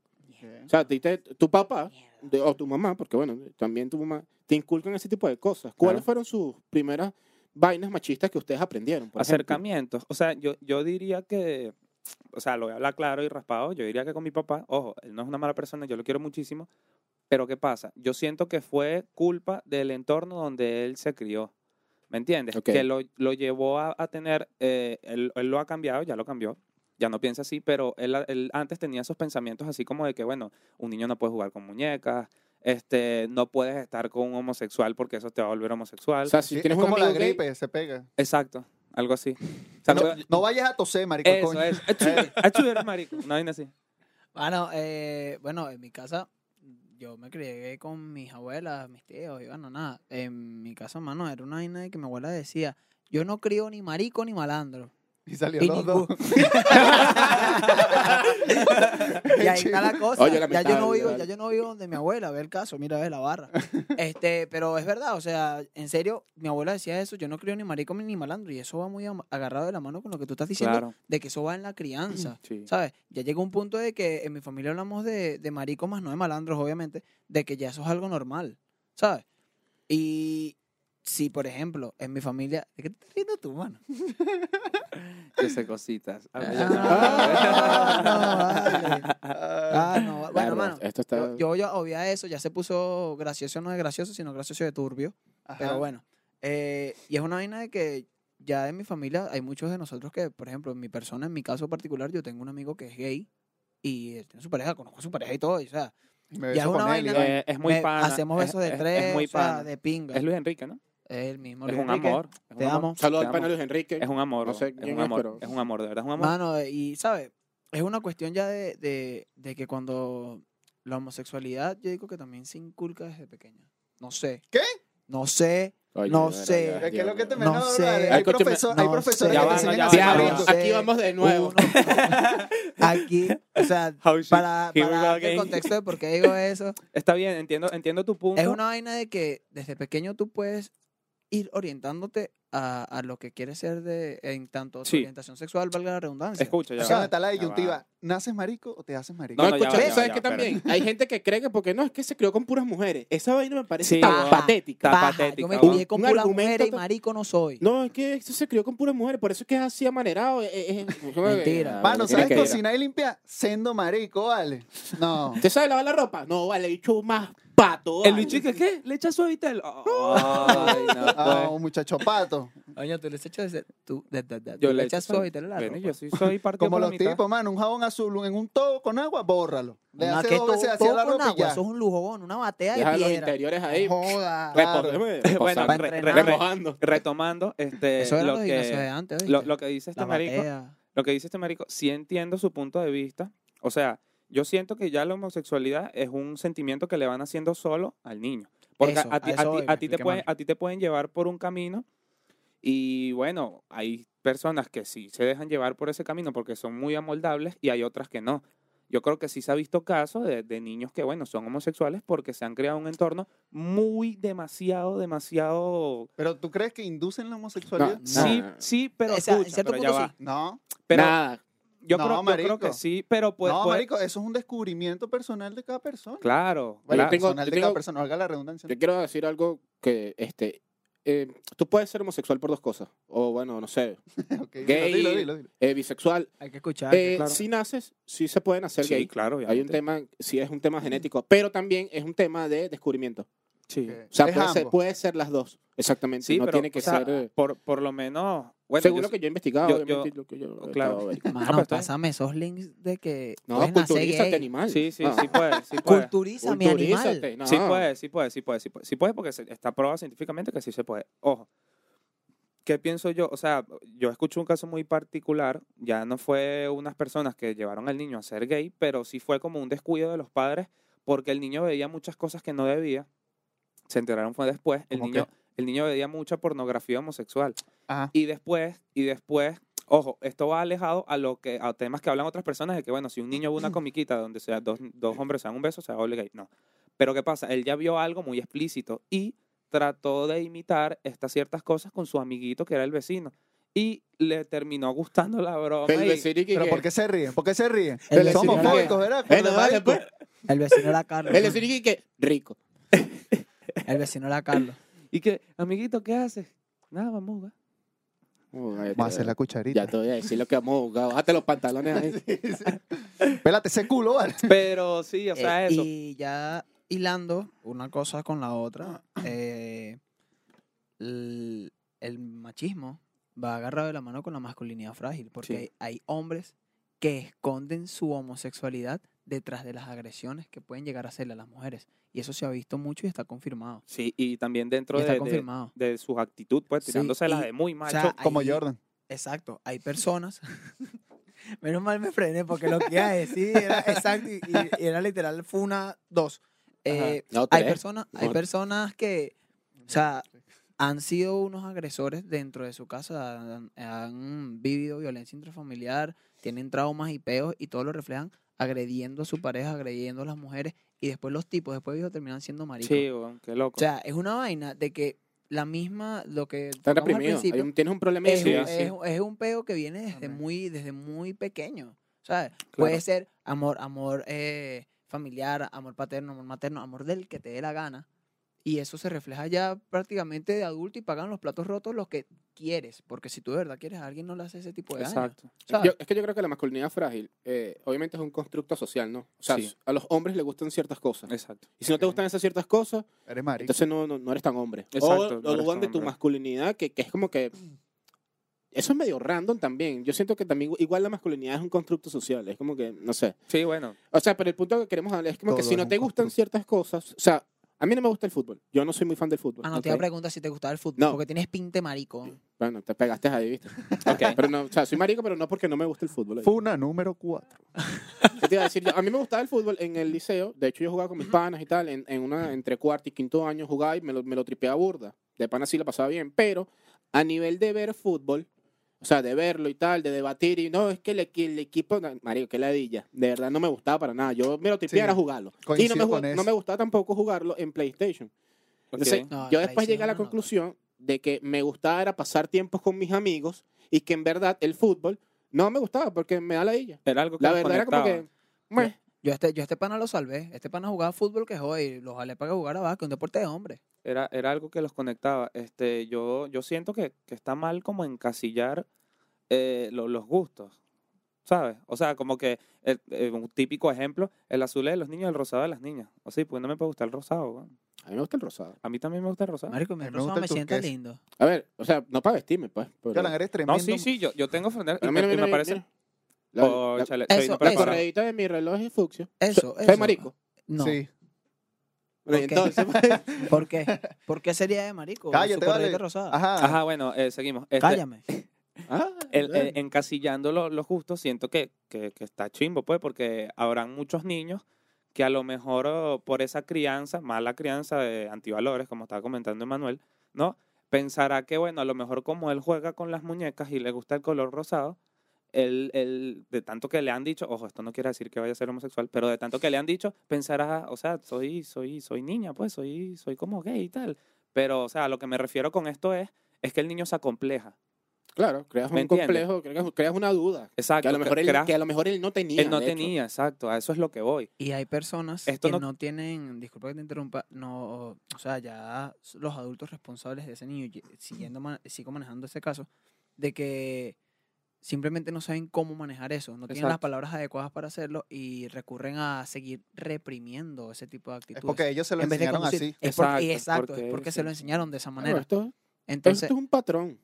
Speaker 2: O sea, a ti te- tu papá de- o tu mamá, porque bueno, también tu mamá, te inculcan ese tipo de cosas. ¿Cuáles
Speaker 4: Claro.
Speaker 2: fueron sus primeras vainas machistas que ustedes aprendieron? por ejemplo?
Speaker 4: Acercamientos. O sea, yo, yo diría que, o sea, lo voy a hablar claro y raspado. Yo diría que con mi papá, ojo, él no es una mala persona, yo lo quiero muchísimo. Pero ¿qué pasa? Yo siento que fue culpa del entorno donde él se crió. ¿Me entiendes?
Speaker 2: Ok.
Speaker 4: Que lo, lo llevó a, a tener, eh, él, él lo ha cambiado, ya lo cambió, ya no piensa así, pero él, él antes tenía esos pensamientos así como de que, bueno, un niño no puede jugar con muñecas, este, no puedes estar con un homosexual porque eso te va a volver homosexual.
Speaker 2: O sea, si
Speaker 3: Sí,
Speaker 2: tienes
Speaker 3: es
Speaker 2: un
Speaker 3: como la
Speaker 2: amigo gay-
Speaker 3: gripe, se pega.
Speaker 4: Exacto,
Speaker 2: [laughs]
Speaker 4: algo así. O sea,
Speaker 3: No,
Speaker 4: no-
Speaker 3: no vayas a toser, marico.
Speaker 4: eso
Speaker 3: coño.
Speaker 4: es. Achú, marico. Una vaina así.
Speaker 1: Bueno, eh, bueno, en mi casa yo me crié con mis abuelas, mis tíos, y bueno, nada. En mi casa, mano, era una vaina de que mi abuela decía, yo no crío ni marico ni malandro.
Speaker 3: Y salió
Speaker 1: Y
Speaker 3: los
Speaker 1: ningún- [laughs]
Speaker 3: dos. [laughs]
Speaker 2: [laughs]
Speaker 1: y ahí está la cosa.
Speaker 2: Oye,
Speaker 1: ya yo no
Speaker 2: lamentable,
Speaker 1: vivo,
Speaker 2: vale.
Speaker 1: ya yo no vivo donde mi abuela, ve el caso, mira, ve la
Speaker 2: [laughs]
Speaker 1: barra. Este, pero es verdad, o sea, en serio, mi abuela decía eso, yo no creo ni marico ni malandro, y eso va muy am- agarrado de la mano con lo que tú estás diciendo,
Speaker 4: Claro.
Speaker 1: de que eso va en la crianza.
Speaker 4: Sí.
Speaker 1: ¿Sabes? Ya llegó un punto de que en mi familia hablamos de, de marico más no de malandros, obviamente, de que ya eso es algo normal, ¿sabes? Y si, por ejemplo, en mi familia... ¿De qué te estás riendo tú, mano?
Speaker 4: Yo sé cositas. Ah, ya
Speaker 1: Ah,
Speaker 4: está.
Speaker 1: no, vale.
Speaker 3: Ah,
Speaker 1: Ah,
Speaker 2: [laughs]
Speaker 1: no, bueno,
Speaker 2: Claro,
Speaker 1: mano.
Speaker 2: Esto está...
Speaker 1: Yo, yo ya obvié eso, ya se puso gracioso, no de gracioso, sino gracioso de turbio.
Speaker 3: ajá.
Speaker 1: Pero bueno, eh, y es una vaina de que ya en mi familia hay muchos de nosotros que, por ejemplo, en mi persona, en mi caso particular, yo tengo un amigo que es gay y él tiene su pareja, conozco a su pareja y todo, y, o sea,
Speaker 3: Y me
Speaker 1: ya es
Speaker 3: beso
Speaker 1: una
Speaker 3: con él. y
Speaker 1: vaina-
Speaker 3: vaina.
Speaker 4: Eh, es muy
Speaker 1: me-
Speaker 4: pana.
Speaker 1: hacemos
Speaker 4: Es-
Speaker 1: besos de
Speaker 4: es-
Speaker 1: tres,
Speaker 4: Es muy
Speaker 1: o sea,
Speaker 4: pana.
Speaker 1: de pinga.
Speaker 4: Es Luis Enrique, ¿no?
Speaker 1: el mismo.
Speaker 4: Es
Speaker 1: Luis
Speaker 4: un
Speaker 1: Enrique.
Speaker 4: amor. es un
Speaker 1: Te
Speaker 4: amor.
Speaker 1: amo.
Speaker 2: Saludos
Speaker 4: Te
Speaker 2: al
Speaker 4: amo.
Speaker 2: pana Luis Enrique.
Speaker 4: Es un amor.
Speaker 2: No sé
Speaker 4: weón. es
Speaker 2: quién
Speaker 4: un
Speaker 2: es,
Speaker 4: amor.
Speaker 2: pero-
Speaker 4: Es un amor, de verdad es un amor.
Speaker 1: Mano, y sabes, es una cuestión ya de, de, de que cuando la homosexualidad, yo digo que también se inculca desde pequeña. No sé.
Speaker 3: ¿Qué?
Speaker 1: No sé.
Speaker 2: Coño,
Speaker 1: No
Speaker 2: de verdad,
Speaker 1: sé.
Speaker 2: ya,
Speaker 1: Es
Speaker 3: ¿Qué es
Speaker 2: Dios
Speaker 3: lo que
Speaker 2: mío.
Speaker 3: te
Speaker 1: No
Speaker 3: no,
Speaker 1: sé.
Speaker 3: Hay,
Speaker 2: Ay, coño,
Speaker 3: profesor-
Speaker 1: no
Speaker 3: hay
Speaker 1: sé.
Speaker 3: profesores
Speaker 2: Ya
Speaker 3: que
Speaker 2: va,
Speaker 3: te
Speaker 2: no,
Speaker 3: enseñan
Speaker 2: ya va.
Speaker 3: a hacer
Speaker 4: Diablo,
Speaker 1: sé.
Speaker 3: esto.
Speaker 2: Aquí vamos de nuevo.
Speaker 4: [laughs]
Speaker 1: Aquí, o sea,
Speaker 4: How shit.
Speaker 1: para,
Speaker 4: Here we
Speaker 1: para
Speaker 4: go
Speaker 1: darte el
Speaker 4: again.
Speaker 1: contexto de por qué digo
Speaker 4: [laughs]
Speaker 1: eso,
Speaker 4: Está bien, entiendo, entiendo tu punto.
Speaker 1: es una vaina de que desde pequeño tú puedes ir orientándote a, a lo que quieres ser de, en tanto tu
Speaker 4: Sí.
Speaker 1: orientación sexual, valga la redundancia.
Speaker 4: Escucha, ya.
Speaker 1: O
Speaker 3: O sea,
Speaker 4: va.
Speaker 1: sea,
Speaker 3: donde está la
Speaker 4: ya
Speaker 3: disyuntiva.
Speaker 4: va.
Speaker 3: ¿Naces marico o te haces marico?
Speaker 2: No,
Speaker 4: No, no, ya
Speaker 2: escucha,
Speaker 4: va, ya va,
Speaker 2: ¿sabes
Speaker 4: ya
Speaker 2: qué
Speaker 4: va,
Speaker 2: también? Hay gente que cree que porque no, es que se crió con puras mujeres. Esa vaina me parece
Speaker 4: Sí,
Speaker 2: tan
Speaker 1: huevón.
Speaker 2: patética.
Speaker 1: Paja,
Speaker 4: patética,
Speaker 1: yo me
Speaker 4: ¿verdad?
Speaker 1: crié con
Speaker 2: Un
Speaker 1: puras
Speaker 2: argumento
Speaker 1: mujeres y
Speaker 2: tan-
Speaker 1: marico no soy.
Speaker 2: No, es que eso se crió con puras mujeres, por eso es que es así amanerado. eh, eh, eh.
Speaker 1: Mentira.
Speaker 3: Mano,
Speaker 1: Bueno,
Speaker 2: Tiene
Speaker 3: ¿sabes
Speaker 2: que ir.
Speaker 3: cocinar y limpiar? Sendo marico, vale. [laughs] No.
Speaker 2: ¿Usted sabe lavar la ropa? No, vale, el bicho más pato.
Speaker 4: El
Speaker 2: vale.
Speaker 4: bicho que qué? Le echa suavitel. Ay, no,
Speaker 3: Ah,
Speaker 4: pues.
Speaker 3: un muchacho pato.
Speaker 1: Oye, tú le echas, tú, de- de- de-
Speaker 4: Yo
Speaker 1: tú le
Speaker 4: le
Speaker 1: echas
Speaker 4: echo sal.
Speaker 1: soy y te la pues.
Speaker 4: Bueno, pues.
Speaker 1: ropa.
Speaker 4: yo sí soy partido
Speaker 3: Como
Speaker 4: por la
Speaker 3: los
Speaker 4: mitad.
Speaker 3: tipos, mano. Un jabón azul en un todo con agua, bórralo. Le
Speaker 1: Una
Speaker 3: hace
Speaker 1: que
Speaker 3: dos
Speaker 1: todo-
Speaker 3: veces así a
Speaker 1: todo
Speaker 3: la
Speaker 1: con
Speaker 3: ropa y
Speaker 1: agua,
Speaker 3: ya.
Speaker 1: eso es un lujobón, una batea
Speaker 2: Deja
Speaker 1: de
Speaker 2: los
Speaker 1: piedra.
Speaker 2: interiores ahí.
Speaker 3: Joda.
Speaker 2: Reposando.
Speaker 4: [laughs] [laughs] Bueno,
Speaker 1: Para
Speaker 4: re- re-
Speaker 1: entrenar.
Speaker 4: re-
Speaker 2: Remojando.
Speaker 4: retomando este,
Speaker 1: Eso eran
Speaker 4: lo,
Speaker 1: los gimnasios de
Speaker 4: que,
Speaker 1: antes,
Speaker 4: lo,
Speaker 1: ¿oíste?
Speaker 4: lo que dice este
Speaker 1: La
Speaker 4: marico.
Speaker 1: batea.
Speaker 4: Lo que dice este marico, sí entiendo su punto de vista. O sea, yo siento que ya la homosexualidad es un sentimiento que le van haciendo solo al niño. Porque
Speaker 1: Eso,
Speaker 4: a, ti,
Speaker 1: a
Speaker 4: a
Speaker 1: eso
Speaker 4: ti-
Speaker 1: voy, me
Speaker 4: a ti te
Speaker 1: expliqué
Speaker 4: pueden,
Speaker 1: mal.
Speaker 4: a ti te pueden llevar por un camino y bueno, hay personas que sí se dejan llevar por ese camino porque son muy amoldables y hay otras que no. Yo creo que sí se ha visto casos de, de niños que, bueno, son homosexuales porque se han creado un entorno muy demasiado, demasiado...
Speaker 3: Pero ¿tú crees que inducen la homosexualidad?
Speaker 2: No.
Speaker 4: Sí,
Speaker 2: no.
Speaker 4: sí, pero...
Speaker 1: O sea, en
Speaker 4: escucha,
Speaker 1: cierto
Speaker 4: pero ya
Speaker 1: punto
Speaker 4: va.
Speaker 1: sí.
Speaker 3: No,
Speaker 4: Pero
Speaker 2: Nada.
Speaker 4: Yo,
Speaker 3: No,
Speaker 4: creo, yo creo
Speaker 3: marico.
Speaker 4: que sí, pero puede,
Speaker 3: no,
Speaker 4: puede-
Speaker 3: marico, eso es un descubrimiento personal de cada persona.
Speaker 4: Claro,
Speaker 2: Bueno,
Speaker 4: claro.
Speaker 2: tengo- yo
Speaker 3: personal de cada
Speaker 2: tengo-
Speaker 3: persona, valga la redundancia.
Speaker 2: Yo quiero decir algo que, este, eh, tú puedes ser homosexual por dos cosas. O bueno, no sé,
Speaker 3: Ok, dilo,
Speaker 2: Gay.
Speaker 3: dilo, dilo, dilo.
Speaker 2: eh, bisexual.
Speaker 1: Hay que escuchar.
Speaker 2: Eh,
Speaker 4: Ah, claro.
Speaker 2: Si naces, sí se pueden hacer
Speaker 4: Sí,
Speaker 2: gay.
Speaker 4: claro,
Speaker 2: Hay un
Speaker 4: obviamente.
Speaker 2: tema, sí es un tema genético, pero también es un tema de descubrimiento.
Speaker 4: Sí,
Speaker 2: O sea,
Speaker 3: Es
Speaker 2: puede ser,
Speaker 3: ambos.
Speaker 2: puede ser las dos. Exactamente.
Speaker 4: Sí,
Speaker 2: no
Speaker 4: pero,
Speaker 2: tiene que
Speaker 4: o sea,
Speaker 2: ser. eh,
Speaker 4: por, por lo menos... Bueno,
Speaker 2: según
Speaker 4: yo
Speaker 2: lo
Speaker 4: sé-
Speaker 2: que yo he investigado,
Speaker 4: yo-
Speaker 2: obviamente,
Speaker 4: yo-
Speaker 2: lo que yo he
Speaker 4: claro.
Speaker 2: estado
Speaker 1: [laughs]
Speaker 2: averiguando.
Speaker 4: Ah,
Speaker 1: Mano,
Speaker 4: pero está bien.
Speaker 1: pásame esos links de que
Speaker 2: No,
Speaker 1: puedes nacer
Speaker 2: culturízate,
Speaker 1: gay.
Speaker 2: animal.
Speaker 4: Sí, sí,
Speaker 2: No,
Speaker 1: [laughs]
Speaker 4: sí
Speaker 2: [laughs]
Speaker 4: puede, sí puede.
Speaker 1: Culturiza Ah. mi
Speaker 2: culturízate,
Speaker 1: animal.
Speaker 2: no.
Speaker 4: Sí puede, sí puede, sí puede, sí puede. Sí puede porque se- está probado científicamente que sí se puede. Ojo, ¿qué pienso yo? O sea, yo escuché un caso muy particular. Ya no fue unas personas que llevaron al niño a ser gay, pero sí fue como un descuido de los padres porque el niño veía muchas cosas que no debía. Se enteraron fue después. El
Speaker 3: ¿Cómo
Speaker 4: niño, el niño veía mucha pornografía homosexual.
Speaker 3: Ajá.
Speaker 4: Y después, y después, ojo, esto va alejado a lo que, a temas que hablan otras personas de que, bueno, si un niño
Speaker 1: [clears throat]
Speaker 4: ve una comiquita donde sea dos, dos hombres se dan un beso, se va a volver gay. No. Pero ¿qué pasa? Él ya vio algo muy explícito y trató de imitar estas ciertas cosas con su amiguito que era el vecino. Y le terminó gustando la broma.
Speaker 2: Pero pues, el
Speaker 4: y-
Speaker 2: vecino y que-
Speaker 3: Pero
Speaker 2: que-
Speaker 3: ¿por
Speaker 2: [laughs]
Speaker 3: qué se ríen? ¿Por qué se ríen?
Speaker 1: El
Speaker 2: Somos
Speaker 1: vecino,
Speaker 3: Somos
Speaker 2: Decir,
Speaker 1: era,
Speaker 3: públicos, ¿verdad?
Speaker 2: Eh, no,
Speaker 3: Con los
Speaker 2: vale,
Speaker 3: maricos.
Speaker 2: pues.
Speaker 1: el vecino era Carlos.
Speaker 2: El vecino y que rico.
Speaker 1: El vecino era Carlos.
Speaker 4: y que, amiguito, ¿qué haces? Nada, vamos a
Speaker 1: [laughs]
Speaker 4: jugar.
Speaker 3: Vamos pues. a hacer la cucharita.
Speaker 2: Ya te voy a decir lo que vamos a jugar. Bájate los pantalones [laughs] ahí.
Speaker 3: Pélate ese culo, ¿vale?
Speaker 4: Pero sí, [laughs] o sea,
Speaker 1: Eh,
Speaker 4: eso.
Speaker 1: Y ya hilando una cosa con la
Speaker 4: [clears throat]
Speaker 1: otra, eh, el, el machismo va agarrado de la mano con la masculinidad frágil, porque
Speaker 4: Sí.
Speaker 1: hay, hay hombres que esconden su homosexualidad detrás de las agresiones que pueden llegar a hacerle a las mujeres. Y eso se ha visto mucho y está confirmado.
Speaker 4: Sí, y también dentro
Speaker 1: Y está
Speaker 4: de, de,
Speaker 1: confirmado.
Speaker 4: de sus actitud, pues,
Speaker 1: Sí,
Speaker 4: tirándose
Speaker 1: y-
Speaker 4: de muy macho.
Speaker 1: sea,
Speaker 3: Como
Speaker 1: ahí-
Speaker 3: Jordan.
Speaker 1: Exacto, hay personas. [laughs] Menos mal me frené porque lo que iba a decir era exacto y, y- y era literal Funa 2. Eh,
Speaker 2: No,
Speaker 1: hay
Speaker 2: tres.
Speaker 1: personas, hay
Speaker 2: No.
Speaker 1: personas que, o sea, han sido unos agresores dentro de su casa, han, han vivido violencia intrafamiliar, tienen traumas y peos y todo lo reflejan agrediendo a su pareja, agrediendo a las mujeres y después los tipos, después ellos terminan siendo maricos.
Speaker 4: sí, weón, qué loco.
Speaker 1: O sea, es una vaina de que la misma, lo que
Speaker 2: Están
Speaker 1: tocamos al
Speaker 2: reprimidos. Hay
Speaker 1: principio,
Speaker 2: un- Tienes un problema de
Speaker 1: es,
Speaker 4: Sí,
Speaker 1: un,
Speaker 2: identidad.
Speaker 4: sí.
Speaker 1: es- es un peo que viene desde
Speaker 3: Amén.
Speaker 1: muy, desde muy pequeño. ¿sabes? Puede
Speaker 4: Claro.
Speaker 1: ser amor, amor eh, familiar, amor paterno, amor materno, amor del que te dé la gana. Y eso se refleja ya prácticamente de adulto y pagan los platos rotos los que quieres. Porque si tú de verdad quieres a alguien, no le haces ese tipo de daño.
Speaker 4: Exacto.
Speaker 1: ¿sabes?
Speaker 2: Yo- es que yo creo que la masculinidad frágil, eh, obviamente es un constructo social, ¿no? O sea,
Speaker 4: Sí.
Speaker 2: a los hombres les gustan ciertas cosas.
Speaker 4: Exacto.
Speaker 2: Y si no te
Speaker 3: Ok.
Speaker 2: gustan esas ciertas cosas,
Speaker 3: Eres marico.
Speaker 2: entonces no, no, no eres tan hombre.
Speaker 4: Exacto,
Speaker 2: o
Speaker 4: no
Speaker 2: lo
Speaker 4: eres
Speaker 2: dudan
Speaker 4: tan
Speaker 2: de tu
Speaker 4: hombre.
Speaker 2: masculinidad, que, que es como que... Eso es medio random también. Yo siento que también igual la masculinidad es un constructo social. Es como que, no sé.
Speaker 4: Sí, bueno.
Speaker 2: O sea, pero el punto que queremos hablar es como que
Speaker 3: Todo
Speaker 2: si
Speaker 3: es
Speaker 2: no
Speaker 3: un
Speaker 2: te gustan
Speaker 3: constructo.
Speaker 2: ciertas cosas... O sea, a mí no me gusta el fútbol. Yo no soy muy fan del fútbol.
Speaker 1: Ah, no, te
Speaker 4: ok.
Speaker 1: iba a preguntar si te gustaba el fútbol.
Speaker 2: No.
Speaker 1: Porque tienes pinte marico.
Speaker 2: Bueno, te pegaste ahí, [laughs] ¿viste? Pero no, o sea, soy marico, pero no porque no me gusta el fútbol.
Speaker 3: Funa número 4.
Speaker 2: ¿Qué te iba a decir yo? A mí me gustaba el fútbol en el liceo. De hecho, yo jugaba con mis panas y tal. En, en una, entre cuarto y quinto año jugaba y me lo, me lo tripeaba burda. de pana sí la pasaba bien, pero a nivel de ver fútbol, o sea, de verlo y tal, de debatir y no, es que el, equi- el equipo, no, marico, qué ladilla, de verdad no me gustaba para nada, yo me lo tripeé
Speaker 3: Sí,
Speaker 2: era jugarlo. Y
Speaker 3: coincido
Speaker 2: no me, ju-
Speaker 3: con eso.
Speaker 2: no me gustaba tampoco jugarlo en PlayStation. Entonces,
Speaker 4: Ok.
Speaker 1: No,
Speaker 2: yo después llegué a la
Speaker 1: traición, no.
Speaker 2: conclusión de que me gustaba era pasar tiempos con mis amigos y que en verdad el fútbol no me gustaba porque me da ladilla.
Speaker 4: Era algo que
Speaker 2: La
Speaker 4: nos
Speaker 2: verdad era como
Speaker 4: conectaba.
Speaker 2: que, meh,
Speaker 1: Yo a este, yo a este pana lo salvé. Este pana jugaba fútbol que hoy. Lo jalé para que jugara básquet, un deporte de hombre.
Speaker 4: era, era algo que los conectaba. Este, yo, yo siento que, que está mal como encasillar eh, lo- los gustos, ¿sabes? O sea, como que eh, eh, un típico ejemplo, el azul es de los niños, el rosado de las niñas. O sea, pues no me puede gustar el rosado. weón.
Speaker 2: a mí me gusta el rosado.
Speaker 4: Ah, A mí también me gusta el rosado.
Speaker 1: Marico, mi
Speaker 3: A mí me
Speaker 1: rosado
Speaker 3: gusta
Speaker 1: me
Speaker 3: el
Speaker 1: sienta
Speaker 3: turquesa.
Speaker 1: lindo.
Speaker 2: A ver, o sea, no para vestirme, pues. Pero,
Speaker 3: Calan, eres tremendo.
Speaker 4: No, sí, sí, yo, yo tengo franela y
Speaker 2: Pero
Speaker 4: me-
Speaker 2: mira,
Speaker 4: y
Speaker 2: mira,
Speaker 4: me
Speaker 2: mira,
Speaker 4: parece...
Speaker 2: mira. La, la-
Speaker 4: Óchale,
Speaker 1: Eso,
Speaker 4: soy
Speaker 1: eso.
Speaker 2: la
Speaker 4: impreparado.
Speaker 2: correíta de mi reloj es fucsia.
Speaker 1: Eso,
Speaker 2: soy
Speaker 1: eso.
Speaker 2: marico.
Speaker 1: No.
Speaker 3: Sí.
Speaker 1: ¿Por qué?
Speaker 2: Entonces, pues,
Speaker 1: ¿Por qué? ¿Por qué sería de marico?
Speaker 3: Cállate,
Speaker 1: Su correíta
Speaker 3: vale.
Speaker 1: rosada.
Speaker 3: Ajá.
Speaker 4: Ajá, bueno, eh, seguimos. Este,
Speaker 1: Cállame.
Speaker 2: ah,
Speaker 4: el-
Speaker 2: bueno.
Speaker 4: eh, encasillando lo- los gustos, siento que, que, que está chimbo, pues, porque habrán muchos niños que a lo mejor oh, por esa crianza, mala crianza de antivalores, como estaba comentando Emanuel, ¿no? Pensará que, bueno, a lo mejor como él juega con las muñecas y le gusta el color rosado, él, él, de tanto que le han dicho, ojo, esto no quiere decir que vaya a ser homosexual, pero de tanto que le han dicho, pensará, o sea, soy, soy, soy niña, pues, soy, soy como gay y tal. Pero, o sea, a lo que me refiero con esto es, es que el niño se acompleja.
Speaker 2: claro, creas
Speaker 4: ¿me
Speaker 2: un
Speaker 4: entiendes?
Speaker 2: complejo, creas, creas una duda.
Speaker 4: Exacto.
Speaker 2: Que a, lo
Speaker 4: que-
Speaker 2: mejor él,
Speaker 4: crea-
Speaker 2: que a lo mejor él no tenía.
Speaker 4: Él no
Speaker 2: de hecho.
Speaker 4: tenía, exacto, a eso es lo que voy.
Speaker 1: Y hay personas
Speaker 4: Esto
Speaker 1: que
Speaker 4: no-
Speaker 1: no... tienen, disculpa que te interrumpa, no, o sea, ya s- los adultos responsables de ese niño, ye- siguiendo, ma- sigo manejando ese caso, de que simplemente no saben cómo manejar eso, no tienen las
Speaker 2: Exacto.
Speaker 1: palabras adecuadas para hacerlo y recurren a seguir reprimiendo ese tipo de
Speaker 3: Es
Speaker 1: actitudes.
Speaker 3: porque ellos se lo
Speaker 1: En vez de
Speaker 3: enseñaron
Speaker 1: conducir,
Speaker 3: así.
Speaker 1: Es porque-
Speaker 4: Exacto,
Speaker 1: y exacto, es
Speaker 4: porque-
Speaker 1: porque se lo
Speaker 4: sí.
Speaker 1: enseñaron de esa
Speaker 2: Claro,
Speaker 1: manera.
Speaker 2: esto,
Speaker 1: Entonces,
Speaker 2: esto es un patrón.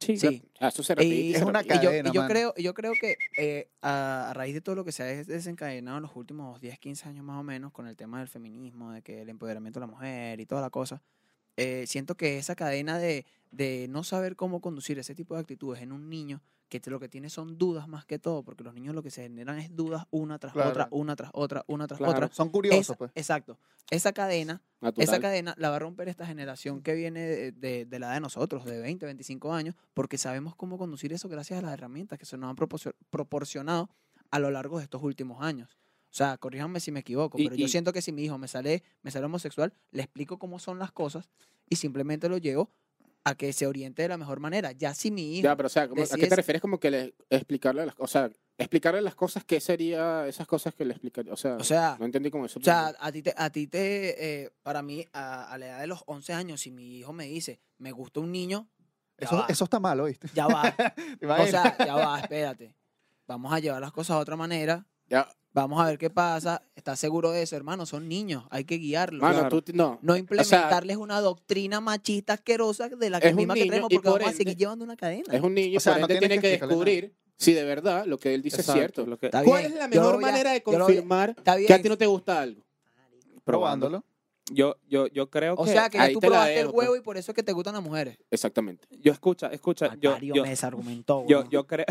Speaker 1: sí.
Speaker 2: Ah, Eso se repite.
Speaker 1: Y-
Speaker 2: se
Speaker 1: Es
Speaker 3: una
Speaker 2: repite.
Speaker 1: Y yo, y
Speaker 3: cadena,
Speaker 1: yo
Speaker 3: mano.
Speaker 1: creo, y yo creo que eh, a, a raíz de todo lo que se ha des- desencadenado en los últimos 10, 15 años más o menos con el tema del feminismo, de que el empoderamiento de la mujer y toda la cosa, eh, siento que esa cadena de, de no saber cómo conducir ese tipo de actitudes en un niño, que te- lo que tiene son dudas más que todo, porque los niños lo que se generan es dudas una tras
Speaker 3: Claro.
Speaker 1: otra, una tras otra, una tras
Speaker 4: Claro.
Speaker 1: otra.
Speaker 3: Son
Speaker 1: Esa-
Speaker 3: curiosos, pues.
Speaker 1: Exacto. Esa cadena
Speaker 2: Natural.
Speaker 1: esa cadena la va a romper esta generación que viene de, de- de la edad de nosotros, de 20, 25 años, porque sabemos cómo conducir eso gracias a las herramientas que se nos han proporcio- proporcionado a lo largo de estos últimos años. O sea, corríjanme si me equivoco,
Speaker 4: Y-
Speaker 1: pero yo
Speaker 4: y-
Speaker 1: siento que si mi hijo me sale, me sale homosexual, le explico cómo son las cosas y simplemente lo llevo a que se oriente de la mejor manera. Ya si mi hijo...
Speaker 2: Ya, pero o sea, ¿cómo- ¿a qué te
Speaker 1: decides-
Speaker 2: refieres como que le, explicarle las cosas? O sea, explicarle las cosas, ¿qué sería esas cosas que le explicaría? O sea,
Speaker 1: O sea,
Speaker 2: no entendí como eso.
Speaker 1: O sea, a ti te, a ti te eh, para mí, a, a la edad de los 11 años, si mi hijo me dice, me gusta un niño, ya
Speaker 3: Eso,
Speaker 1: va,
Speaker 3: eso está mal,
Speaker 1: [laughs]
Speaker 3: ¿oíste?
Speaker 1: ya va,
Speaker 3: ¿Te
Speaker 1: O
Speaker 3: imaginas?
Speaker 1: sea, ya
Speaker 2: [laughs]
Speaker 1: va, espérate. Vamos a llevar las cosas de otra manera.
Speaker 2: Ya,
Speaker 1: Vamos a ver qué pasa. ¿Estás seguro de eso, hermano? Son niños, hay que guiarlos.
Speaker 2: mano,
Speaker 4: claro.
Speaker 2: tú ti- no.
Speaker 1: No implementarles una doctrina machista asquerosa de la que
Speaker 2: es un
Speaker 1: misma que
Speaker 2: niño
Speaker 1: tenemos,
Speaker 2: y
Speaker 1: porque
Speaker 2: por
Speaker 1: vamos a
Speaker 2: ende-
Speaker 1: seguir llevando una cadena.
Speaker 2: Es un niño,
Speaker 3: O sea,
Speaker 2: por
Speaker 3: no
Speaker 2: ende
Speaker 3: tienes
Speaker 2: tiene
Speaker 3: que
Speaker 2: que
Speaker 3: explicarle nada.
Speaker 2: descubrir si de verdad lo que él dice
Speaker 4: Exacto,
Speaker 2: es cierto.
Speaker 4: lo que-
Speaker 1: Está
Speaker 2: ¿Cuál
Speaker 1: bien,
Speaker 2: es la
Speaker 1: yo lo
Speaker 2: mejor
Speaker 1: voy a-
Speaker 2: manera de
Speaker 1: yo lo voy a-
Speaker 2: confirmar
Speaker 1: Está bien.
Speaker 2: que a ti no te gusta algo?
Speaker 3: Probándolo.
Speaker 4: Yo, yo, yo creo
Speaker 1: O
Speaker 4: que.
Speaker 1: sea, que ya
Speaker 2: ahí
Speaker 1: tú
Speaker 2: te la
Speaker 1: probaste el
Speaker 2: dejo, pues.
Speaker 1: huevo y por eso es que te gustan las mujeres.
Speaker 2: Exactamente.
Speaker 4: Yo escucha, escucha. Yo,
Speaker 1: Mario
Speaker 4: yo,
Speaker 1: me desargumentó.
Speaker 4: yo,
Speaker 1: weón. [laughs]
Speaker 4: yo creo.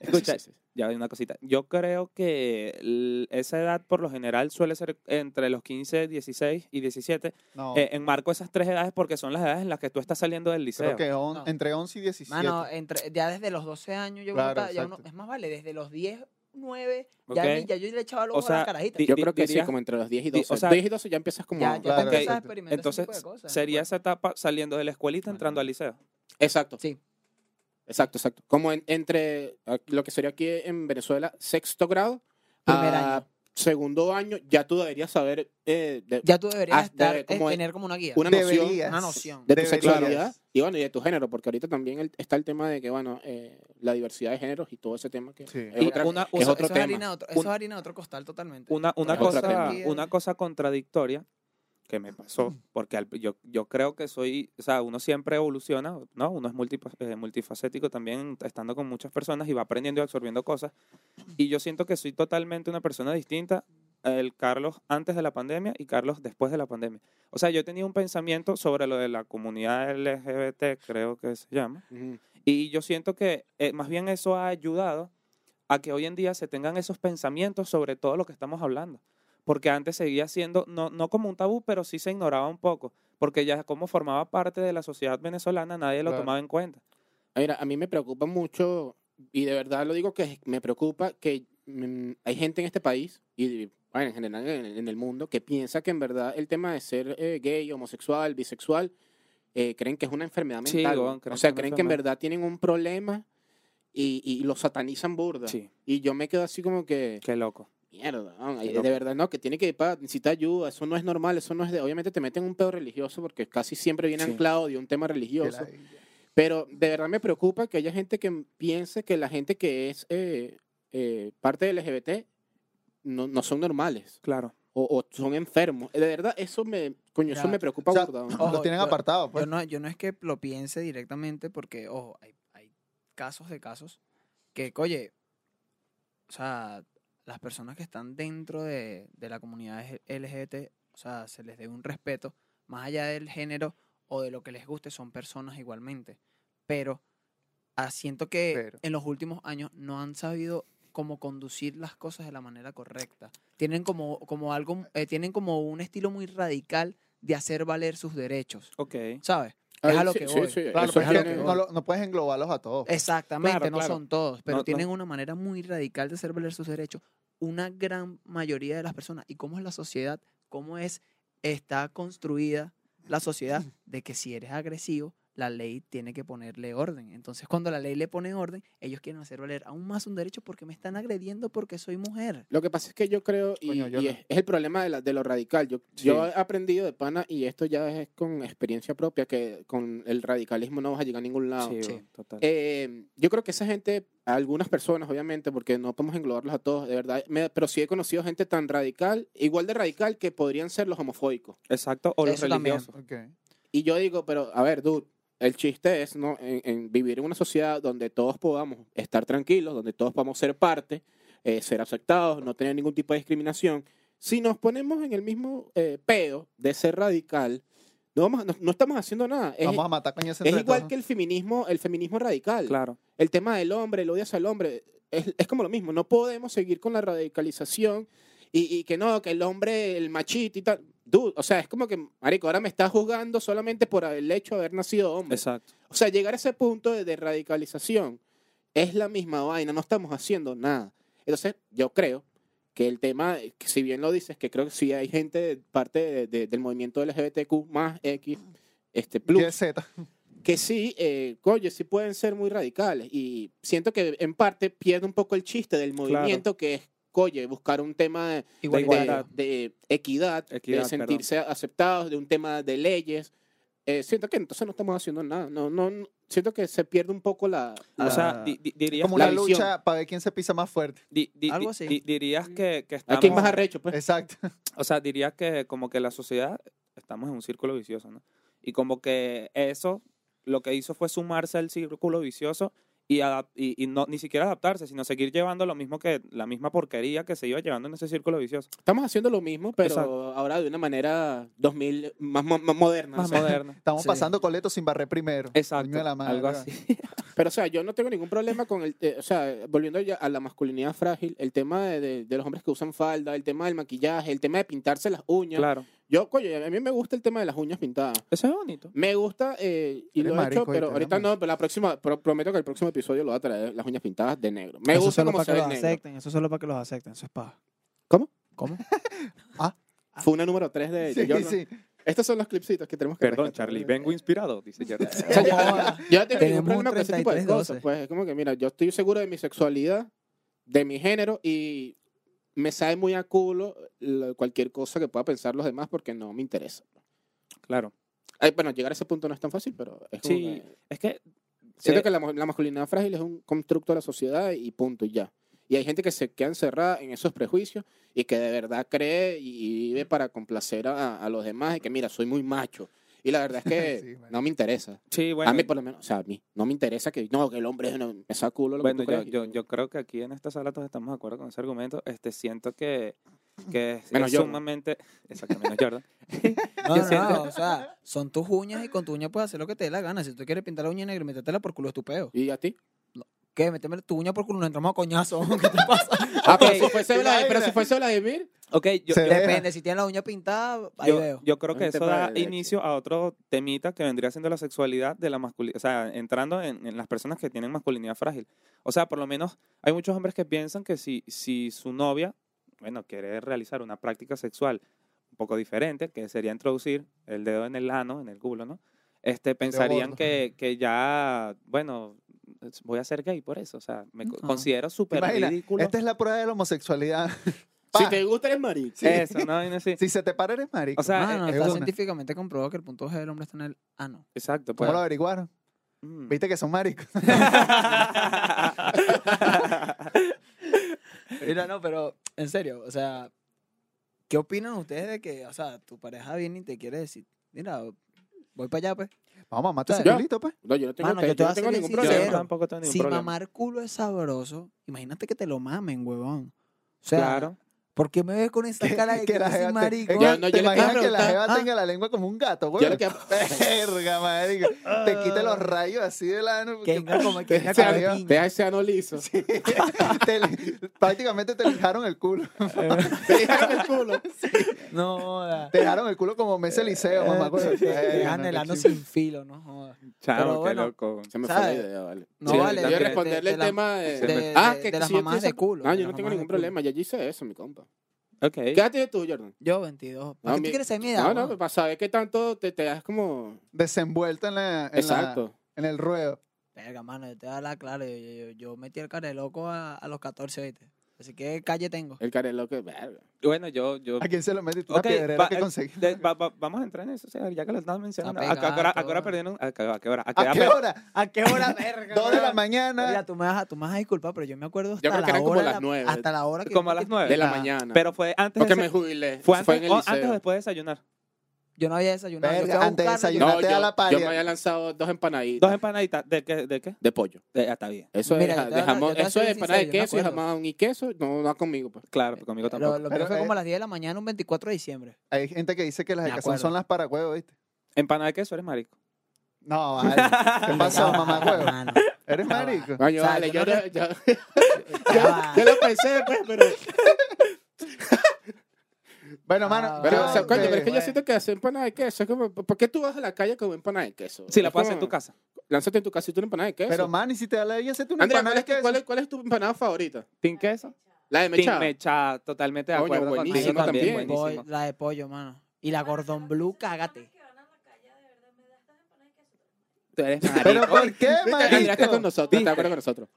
Speaker 4: Escucha, ya hay una cosita. Yo creo que l- esa edad por lo general suele ser entre los 15, 16 y 17.
Speaker 3: No.
Speaker 4: Eh, enmarco esas tres edades porque son las edades en las que tú estás saliendo del
Speaker 3: creo
Speaker 4: liceo.
Speaker 3: que on-
Speaker 1: No.
Speaker 3: entre 11 y 17.
Speaker 1: Mano, entre, ya desde los 12 años, yo creo
Speaker 3: Claro,
Speaker 1: que está- ya uno-
Speaker 3: exacto.
Speaker 1: es más vale, desde los 10, 9,
Speaker 4: Ok.
Speaker 1: ya, ni- ya yo le echaba los
Speaker 4: O
Speaker 1: ojos a
Speaker 4: sea,
Speaker 1: la carajita.
Speaker 4: di-
Speaker 2: Yo creo que
Speaker 4: dirías-
Speaker 2: sí, como entre los 10 y
Speaker 4: di- o
Speaker 2: 12.
Speaker 4: sea,
Speaker 2: 10 y 12 ya empiezas como...
Speaker 1: ya, ya
Speaker 3: claro,
Speaker 1: empiezas a
Speaker 3: ok.
Speaker 1: experimentar ese
Speaker 4: Entonces,
Speaker 1: tipo de cosas. pues.
Speaker 4: sería esa etapa saliendo del escuelita, entrando al liceo.
Speaker 2: Exacto.
Speaker 1: Sí.
Speaker 2: Exacto, exacto. Como en- entre ah, lo que sería aquí en Venezuela, sexto grado
Speaker 1: Primer
Speaker 2: a
Speaker 1: año.
Speaker 2: segundo año, ya tú deberías saber eh, de-
Speaker 1: Ya tú deberías
Speaker 2: Has-
Speaker 1: estar,
Speaker 2: debe-
Speaker 1: eh,
Speaker 2: como-
Speaker 1: tener como una guía.
Speaker 2: una noción
Speaker 3: Deberías.
Speaker 1: una noción.
Speaker 2: de tu
Speaker 3: Deberías.
Speaker 2: sexualidad y bueno, y de tu género, porque ahorita también el- está el tema de que, bueno, eh, la diversidad de géners y todo ese tema que
Speaker 3: Sí.
Speaker 2: es
Speaker 4: Y
Speaker 2: otra-
Speaker 4: una-
Speaker 2: que es
Speaker 1: Eso-
Speaker 2: otro
Speaker 1: eso
Speaker 2: tema.
Speaker 1: Es harina, de otro, eso
Speaker 4: Un-
Speaker 1: es harina de otro costal totalmente.
Speaker 4: una, una,
Speaker 2: Es otro
Speaker 4: cosa,
Speaker 2: tema.
Speaker 4: una cosa contradictoria que me pasó, porque al- yo, yo creo que soy, o sea, uno siempre evoluciona, ¿no? Uno es multipa- eh, multifacético también, estando con muchas personas y va aprendiendo y absorbiendo cosas. Y yo siento que soy totalmente una persona distinta, el Carlos antes de la pandemia y Carlos después de la pandemia. O sea, yo tenía un pensamiento sobre lo de la comunidad LGBT, creo que se llama.
Speaker 2: Ujú.
Speaker 4: Y yo siento que eh, más bien eso ha ayudado a que hoy en día se tengan esos pensamientos sobre todo lo que estamos hablando. porque antes seguía siendo, no, no como un tabú, pero sí se ignoraba un poco, porque ya como formaba parte de la sociedad venezolana, nadie lo
Speaker 3: Claro.
Speaker 4: tomaba en cuenta.
Speaker 2: Mira, a mí me preocupa mucho, y de verdad lo digo que me preocupa que mm, hay gente en este país, y bueno, en general en, en el mundo, que piensa que en verdad el tema de ser eh, gay, homosexual, bisexual, eh, creen que es una enfermedad
Speaker 4: Sí,
Speaker 2: mental.
Speaker 4: weón,
Speaker 2: weón.
Speaker 4: creen
Speaker 2: o
Speaker 4: que es
Speaker 2: sea,
Speaker 4: una
Speaker 2: creen que en
Speaker 4: enfermedad.
Speaker 2: verdad tienen un problema y, y lo satanizan burda. Y yo me quedo así como que...
Speaker 4: Qué loco.
Speaker 2: Mierda, weón,
Speaker 4: Qué
Speaker 2: ay,
Speaker 4: loco.
Speaker 2: de verdad no, que tiene que ir para necesitar ayuda, eso no es normal, eso no es de... Obviamente te meten un pedo religioso porque casi siempre viene
Speaker 4: Sí.
Speaker 2: anclado de un tema
Speaker 3: Que
Speaker 2: religioso.
Speaker 3: la-
Speaker 2: Pero de verdad me preocupa que haya gente que m- piense que la gente que es eh, eh, parte del LGBT no, no son normales
Speaker 4: Claro.
Speaker 2: o, o son enfermos. De verdad, eso me, coño, eso
Speaker 1: Ya.
Speaker 2: me preocupa.
Speaker 3: O sea,
Speaker 2: burda, ¿no?
Speaker 1: Ojo,
Speaker 3: los tienen
Speaker 1: yo-
Speaker 3: apartados, pues.
Speaker 1: Yo no, yo no es que lo piense directamente porque, ojo, hay, hay casos de casos que, oye, o sea, las personas que están dentro de, de la comunidad LGBT, o sea, se les debe un respeto, más allá del género o de lo que les guste, son personas igualmente. Pero ah, siento que
Speaker 3: Pero.
Speaker 1: en los últimos años no han sabido cómo conducir las cosas de la manera correcta. Tienen como, como algo, eh, tienen como un estilo muy radical de hacer valer sus derechos.
Speaker 4: Ok.
Speaker 1: ¿Sabes?
Speaker 2: Ah,
Speaker 1: es a lo
Speaker 2: sí,
Speaker 1: que
Speaker 2: sí,
Speaker 1: voy.
Speaker 2: sí,
Speaker 3: Claro,
Speaker 2: eso
Speaker 3: pero
Speaker 2: es
Speaker 3: es
Speaker 2: lo
Speaker 3: que
Speaker 2: que- Eh,
Speaker 3: no, lo- no puedes englobarlos a todos.
Speaker 1: Exactamente,
Speaker 4: Claro,
Speaker 1: no
Speaker 4: claro.
Speaker 1: son todos, pero
Speaker 4: No, no.
Speaker 1: tienen una manera muy radical de hacer valer sus derechos. Una gran mayoría de las personas, y cómo es la sociedad, cómo es, está construida la
Speaker 2: [clears throat]
Speaker 1: sociedad de que si eres agresivo, la ley tiene que ponerle orden. Entonces, cuando la ley le pone orden, ellos quieren hacer valer aún más un derecho porque me están agrediendo porque soy mujer.
Speaker 2: Lo que pasa es que yo creo, y,
Speaker 3: Coño,
Speaker 2: y
Speaker 3: Jonah.
Speaker 2: es, es el problema de, la- de lo radical. Yo,
Speaker 4: Sí.
Speaker 2: yo he aprendido de pana, y esto ya es con experiencia propia, que con el radicalismo no vas a llegar a ningún lado.
Speaker 4: sí,
Speaker 1: sí.
Speaker 4: weón, total.
Speaker 2: Ah, Eh, yo creo que esa gente, algunas personas, obviamente, porque no podemos englobarlos a todos, de verdad, me- pero sí he conocido gente tan radical, igual de radical, que podrían ser los homofóbicos.
Speaker 4: Exacto. O los
Speaker 1: Eso también.
Speaker 4: religiosos.
Speaker 3: Ok.
Speaker 2: Y yo digo, pero a ver, dude, el chiste es ¿no? en, en vivir en una sociedad donde todos podamos estar tranquilos, donde todos podamos ser parte, eh, ser aceptados, no tener ningún tipo de discriminación. Si nos ponemos en el mismo eh, pedo de ser radical, no, vamos, no, no estamos haciendo nada. Es,
Speaker 3: Vamos a matar coñas
Speaker 2: es igual que el feminismo, el feminismo radical.
Speaker 4: Claro.
Speaker 2: el tema del hombre, el odio hacia el hombre, es, es como lo mismo. No podemos seguir con la radicalización y, y que no, que el hombre, el machito y tal. Dude, o sea, es como que, marico, ahora me estás juzgando solamente por el hecho de haber nacido hombre.
Speaker 4: Exacto.
Speaker 2: O sea, llegar a ese punto de, de radicalización es la misma vaina, no estamos haciendo nada. Entonces, yo creo que el tema, eh, que si bien lo dices, que creo que sí hay gente de parte de- de- del movimiento LGBTQ más X, este, plus,
Speaker 3: Z.
Speaker 2: que sí, eh, coño, sí pueden ser muy radicales. Y siento que en parte pierde un poco el chiste del movimiento que es, coño, buscar un tema de,
Speaker 1: Igual
Speaker 2: de-
Speaker 4: igualdad.
Speaker 2: de equidad,
Speaker 4: Equidad,
Speaker 2: de sentirse aceptados, de un tema de leyes. Eh, siento que entonces no estamos haciendo nada. No, no, no- siento que se pierde un poco la...
Speaker 4: O
Speaker 2: la-
Speaker 4: sea, di- di- dirías,
Speaker 3: Como
Speaker 2: la
Speaker 3: una
Speaker 2: visión.
Speaker 3: lucha para ver quién se pisa más fuerte.
Speaker 4: di- di-
Speaker 1: algo
Speaker 4: di-
Speaker 1: así.
Speaker 4: di- dirías que, que
Speaker 2: ¿a
Speaker 4: estamos...
Speaker 2: quién más arrecho? Pues?
Speaker 3: Exacto. [laughs]
Speaker 4: O sea, dirías que como que la sociedad, estamos en un círculo vicioso, ¿no? Y como que eso lo que hizo fue sumarse al círculo vicioso y, adap- y, y no, ni siquiera adaptarse, sino seguir llevando lo mismo que la misma porquería que se iba llevando en ese círculo vicioso.
Speaker 2: Estamos haciendo lo mismo, pero
Speaker 4: Exacto.
Speaker 2: ahora de una manera 2000 más, mo- más moderna. o
Speaker 4: Más
Speaker 2: sea.
Speaker 4: moderna.
Speaker 3: [laughs] Estamos
Speaker 1: Sí.
Speaker 3: pasando coletos sin barrer primero. Coño
Speaker 4: Exacto.
Speaker 3: de la madre,
Speaker 4: algo
Speaker 3: weón. [laughs]
Speaker 4: así.
Speaker 2: Pero, o sea, yo no tengo ningún problema con el. eh, o sea, volviendo ya a la masculinidad frágil, el tema de, de- de los hombres que usan falda, el tema del maquillaje, el tema de pintarse las uñas.
Speaker 4: Claro.
Speaker 2: Yo, coño, a mí me gusta el tema de las uñas pintadas.
Speaker 4: Eso es bonito.
Speaker 2: Me gusta, eh, y
Speaker 3: Eres
Speaker 2: lo he hecho,
Speaker 3: marico,
Speaker 2: pero
Speaker 3: ¿viste?
Speaker 2: ahorita no, pero la próxima, pro- prometo que el próximo episodio lo va a traer las uñas pintadas de negro. Me
Speaker 1: eso
Speaker 2: gusta
Speaker 1: solo
Speaker 2: como
Speaker 1: para
Speaker 2: se
Speaker 1: que
Speaker 2: ve
Speaker 1: los
Speaker 2: el negro.
Speaker 1: acepten, eso solo para que los acepten, eso es paja.
Speaker 2: ¿Cómo?
Speaker 1: [laughs] ¿Cómo?
Speaker 2: Fue una número 3 de, de
Speaker 3: Sí,
Speaker 2: Jordan.
Speaker 3: sí.
Speaker 2: Estos son los clipsitos que tenemos que
Speaker 4: Perdón,
Speaker 2: rescatar.
Speaker 4: Charlie, vengo inspirado, dice Jared.
Speaker 2: O sea, yo, yo no tengo
Speaker 1: Tenemos
Speaker 2: ningún problema con ese tipo de
Speaker 1: 33,
Speaker 2: cosas. Pues es como que, mira, yo estoy seguro de mi sexualidad, de mi género y me sabe muy a culo lo- cualquier cosa que pueda pensar los demás porque no me interesa.
Speaker 4: claro.
Speaker 2: Ay, bueno, llegar a ese punto no es tan fácil, pero es como
Speaker 4: Sí,
Speaker 2: que-
Speaker 4: es que
Speaker 2: Siento
Speaker 4: eh,
Speaker 2: que la, mo- la masculinidad frágil es un constructo de la sociedad y punto, y ya. Y hay gente que se queda encerrada en esos prejuicios y que de verdad cree y, y vive para complacer a, a los demás y que, mira, soy muy macho. Y la verdad es que
Speaker 3: Sí, marico.
Speaker 2: no me interesa.
Speaker 4: sí, bueno,
Speaker 2: A mí, por lo menos, o sea, a mí no me interesa que, no, que el hombre es una- me saca culo lo
Speaker 4: Bueno,
Speaker 2: que tú
Speaker 4: yo,
Speaker 2: creas.
Speaker 4: yo, yo creo que aquí en esta sala todos estamos de acuerdo con ese argumento. Este, siento que, que es,
Speaker 2: Menos
Speaker 4: es
Speaker 2: Jordan.
Speaker 4: sumamente... Exacto, menos Jordan.
Speaker 1: No,
Speaker 4: Yo
Speaker 1: no,
Speaker 4: siento-
Speaker 1: no, o sea, son
Speaker 4: [laughs]
Speaker 1: tus uñas y con tu uña puedes hacer lo que te dé la gana. Si tú quieres pintar la uña negra y metértela por culo, es tu peo.
Speaker 2: ¿Y a ti?
Speaker 1: ¿Qué? Meteme tu uña por culo, nos entramos a coñazo. [laughs] ¿Qué te pasa?
Speaker 2: Ah, pero
Speaker 4: Ok.
Speaker 2: si fuese Vladimir, pero
Speaker 3: Imagina.
Speaker 2: si fuese Vladimir.
Speaker 4: Ok, yo,
Speaker 3: Se
Speaker 4: yo-
Speaker 3: ve.
Speaker 1: Depende, si tiene la uña pintada, ahí
Speaker 4: yo-
Speaker 1: veo.
Speaker 4: yo creo que
Speaker 2: Un
Speaker 4: eso
Speaker 2: tema
Speaker 4: da
Speaker 2: de leche.
Speaker 4: inicio a otro temita que vendría siendo la sexualidad de la masculinidad, o sea, entrando en, en las personas que tienen masculinidad frágil. O sea, por lo menos hay muchos hombres que piensan que si, si su novia, bueno, quiere realizar una práctica sexual un poco diferente, que sería introducir el dedo en el ano, en el culo, ¿no? Este, pensarían
Speaker 3: gordo.
Speaker 4: que, que ya, bueno, es- voy a ser gay por eso, o sea, me co-
Speaker 1: No.
Speaker 4: considero
Speaker 3: ¿Te
Speaker 4: súper
Speaker 3: imaginas? Este,
Speaker 4: ridículo.
Speaker 3: Esta es la prueba de
Speaker 2: [laughs]
Speaker 3: la homosexualidad.
Speaker 2: Si
Speaker 3: Pa,
Speaker 2: te gusta, eres marico. Eh,
Speaker 3: Sí.
Speaker 4: Eso, ¿no? Y así.
Speaker 3: Si se te para, eres marico.
Speaker 4: O sea,
Speaker 1: Mano,
Speaker 4: eh,
Speaker 3: es
Speaker 1: está
Speaker 3: una.
Speaker 1: científicamente comprobado que el punto G del hombre está en el ano.
Speaker 4: exacto.
Speaker 3: ¿Cómo
Speaker 4: pues.
Speaker 3: lo averiguaron?
Speaker 4: Mm. [laughs]
Speaker 3: Viste que son maricos. [laughs]
Speaker 1: Mira, no, pero en serio, o sea, ¿qué opinan ustedes de que, o sea, tu pareja viene y te quiere decir, mira, voy para allá, pues?
Speaker 3: Vamos a matar ese
Speaker 2: Yo-
Speaker 3: culito, pues.
Speaker 2: No, yo no tengo,
Speaker 1: Mano,
Speaker 2: te-
Speaker 1: yo te
Speaker 2: yo
Speaker 1: voy
Speaker 2: no
Speaker 1: a
Speaker 2: tengo
Speaker 1: ser
Speaker 2: ningún
Speaker 1: bien
Speaker 4: Yo
Speaker 1: sincero.
Speaker 2: problema.
Speaker 4: tampoco tengo ningún
Speaker 1: Si
Speaker 4: problema.
Speaker 1: mamar culo es sabroso, imagínate que te lo mamen, huevón. O sea,
Speaker 4: claro.
Speaker 1: ¿por qué me ves con
Speaker 4: [laughs]
Speaker 1: esa cara de que, yo soy
Speaker 3: jeva te-
Speaker 1: marico?
Speaker 3: es
Speaker 2: Ya,
Speaker 3: que
Speaker 2: no, yo
Speaker 3: te
Speaker 2: le
Speaker 3: imaginas
Speaker 2: quiero
Speaker 3: que la
Speaker 2: preguntar,
Speaker 3: jeva
Speaker 1: ah.
Speaker 3: tenga la lengua como un gato,
Speaker 2: Yo Ah.
Speaker 3: güey.
Speaker 2: lo que-
Speaker 3: [laughs] Verga, marico. Te quita los rayos así de la...
Speaker 1: Que venga como que venga
Speaker 2: Deja-
Speaker 1: con la piña.
Speaker 2: Deja ese ano liso.
Speaker 3: [laughs] Te li- prácticamente te lijaron
Speaker 1: [laughs]
Speaker 3: el culo.
Speaker 1: Eh.
Speaker 3: [laughs]
Speaker 2: Te dejaron el culo.
Speaker 1: No, joda. Eh,
Speaker 3: Te dejaron el culo como Messi Liceo, mamá. pues, eh, güey.
Speaker 1: Dejan
Speaker 3: Bueno,
Speaker 1: el
Speaker 3: qué
Speaker 1: ano
Speaker 3: chimbo.
Speaker 1: sin filo, no joda.
Speaker 4: Chamo,
Speaker 1: Pero
Speaker 4: qué
Speaker 1: bueno.
Speaker 4: loco.
Speaker 2: Se me
Speaker 1: ¿Sabes?
Speaker 2: fue la idea, vale.
Speaker 1: No
Speaker 4: Sí,
Speaker 1: vale.
Speaker 4: yo
Speaker 2: Yo
Speaker 4: de-
Speaker 2: responderle el tema de...
Speaker 1: de- de-
Speaker 2: ah,
Speaker 1: de-
Speaker 2: que
Speaker 1: de las
Speaker 2: si yo te
Speaker 1: mamás
Speaker 2: hice-
Speaker 1: de culo,
Speaker 2: No,
Speaker 1: de
Speaker 2: yo
Speaker 1: las mamás
Speaker 2: no tengo
Speaker 1: de
Speaker 2: ningún
Speaker 1: culo.
Speaker 2: problema. Ya yo hice eso, mi compa.
Speaker 4: Ok.
Speaker 2: ¿Qué edad tienes tú, Jordan?
Speaker 1: Yo 22. ¿Por
Speaker 2: No,
Speaker 1: qué
Speaker 2: mi-
Speaker 1: tú quieres ser mi edad?
Speaker 2: No,
Speaker 1: huevón?
Speaker 2: no, para saber qué tanto te, te das como...
Speaker 3: Desenvuelta en la... en la-
Speaker 2: Exacto.
Speaker 3: en el ruedo.
Speaker 1: Verga, mano, yo te voy a hablar claro. Yo, yo, yo- yo metí el cara de loco a, a los 14, ¿viste? Así que calle tengo.
Speaker 2: El carelo que... verga.
Speaker 4: Bueno, yo... yo...
Speaker 3: ¿A quién se lo metiste?
Speaker 4: Ok,
Speaker 3: Una piedrera
Speaker 4: va-
Speaker 3: que
Speaker 4: eh,
Speaker 3: conseguí.
Speaker 4: de- va- va- vamos a entrar en eso, o sea, ya que lo estás mencionando.
Speaker 1: Está
Speaker 4: ¿A, qué- a qué hora- a qué
Speaker 1: pegado.
Speaker 4: hora perdieron? ¿A qué, a qué hora? ¿A qué
Speaker 3: ¿A
Speaker 4: edad
Speaker 3: qué
Speaker 4: per-
Speaker 3: hora?
Speaker 1: ¿A qué hora, verga?
Speaker 3: Dos de la mañana.
Speaker 1: Mira, tú me, vas a, tú me vas a disculpar, pero yo me acuerdo hasta
Speaker 2: creo que
Speaker 1: la
Speaker 2: eran como
Speaker 1: hora.
Speaker 2: las
Speaker 1: la-
Speaker 2: nueve.
Speaker 1: Hasta la hora que.
Speaker 4: Como a
Speaker 1: yo-
Speaker 4: las nueve.
Speaker 2: De la
Speaker 3: Ah,
Speaker 2: mañana.
Speaker 4: Pues, Pero fue antes de...
Speaker 2: Porque
Speaker 4: ese-
Speaker 2: me jubilé.
Speaker 4: Fue antes,
Speaker 2: en el
Speaker 4: o-
Speaker 2: liceo.
Speaker 4: antes o después de desayunar.
Speaker 1: Yo no había desayunado. yo
Speaker 3: Verga,
Speaker 1: fui a
Speaker 3: antes de
Speaker 1: buscarla, yo-
Speaker 3: desayunar.
Speaker 2: No,
Speaker 3: Una te da la
Speaker 2: yo,
Speaker 3: palia.
Speaker 2: yo me había lanzado dos empanaditas
Speaker 4: Dos em- empanaditas. ¿De qué? ¿De qué?
Speaker 2: de pollo.
Speaker 4: De- ah, está bien.
Speaker 2: Eso
Speaker 1: Mira, yo te
Speaker 2: es
Speaker 1: voy
Speaker 2: de
Speaker 1: a- yo
Speaker 2: jamón,
Speaker 1: te voy a
Speaker 2: eso es
Speaker 1: ser
Speaker 2: empanada de
Speaker 1: sincero, yo me
Speaker 2: queso y
Speaker 1: acuerdo.
Speaker 2: jamón y queso, no, no conmigo. Pues.
Speaker 4: Claro, pero conmigo
Speaker 1: Lo,
Speaker 4: tampoco.
Speaker 1: lo
Speaker 3: Pero,
Speaker 1: que fue
Speaker 3: eh,
Speaker 1: como a las 10 de la mañana, un 24 de diciembre.
Speaker 3: Hay gente que dice que las
Speaker 1: Me
Speaker 3: de Cazón son
Speaker 1: acuerdo.
Speaker 3: las paragüeos, ¿viste?
Speaker 4: Empanada de queso, eres marico.
Speaker 1: [laughs]
Speaker 3: No, vale. ¿Qué pasó,
Speaker 1: Ya va,
Speaker 3: mamá huevo?
Speaker 1: mano.
Speaker 3: ¿Eres marico?
Speaker 2: Coño,
Speaker 1: O sea,
Speaker 2: vale,
Speaker 1: yo
Speaker 2: yo,
Speaker 1: no
Speaker 2: no-
Speaker 1: le-
Speaker 2: yo,
Speaker 1: Ya va.
Speaker 2: yo lo pensé, pues, pero,
Speaker 3: Bueno, mano.
Speaker 1: Ah,
Speaker 2: pero,
Speaker 3: yo,
Speaker 2: o sea,
Speaker 1: ok,
Speaker 2: coño, pero es
Speaker 3: eh,
Speaker 2: que yo
Speaker 1: bueno.
Speaker 2: siento que hacer empanada de queso es como, ¿por qué tú vas a la calle con empanada de queso?
Speaker 4: Sí, la
Speaker 2: Es
Speaker 4: puedes hacer en
Speaker 2: como,
Speaker 4: tu casa.
Speaker 2: Lánzate en tu casa y tú una empanada de queso.
Speaker 3: eh, pero, man, y si te da la ella, se tú una
Speaker 2: Andrea, ¿cuál
Speaker 3: empanada
Speaker 2: es,
Speaker 3: de
Speaker 2: tu, cuál,
Speaker 3: queso.
Speaker 2: es, cuál es tu empanada favorita?
Speaker 4: ¿Tin queso?
Speaker 2: La de
Speaker 4: Tin
Speaker 2: mechada.
Speaker 4: mecha, totalmente de
Speaker 2: Coño,
Speaker 4: acuerdo contigo
Speaker 2: buenísimo
Speaker 4: también.
Speaker 2: también.
Speaker 1: Voy-
Speaker 4: Buenísimo.
Speaker 1: la de pollo, mano. Y la Gordon Blue, cágate.
Speaker 4: Tú eres
Speaker 3: ¿Pero
Speaker 4: marico.
Speaker 3: por qué,
Speaker 2: Andrea está con
Speaker 3: marico?
Speaker 2: nosotros, está de
Speaker 4: ¿Viste?
Speaker 2: acuerdo con nosotros.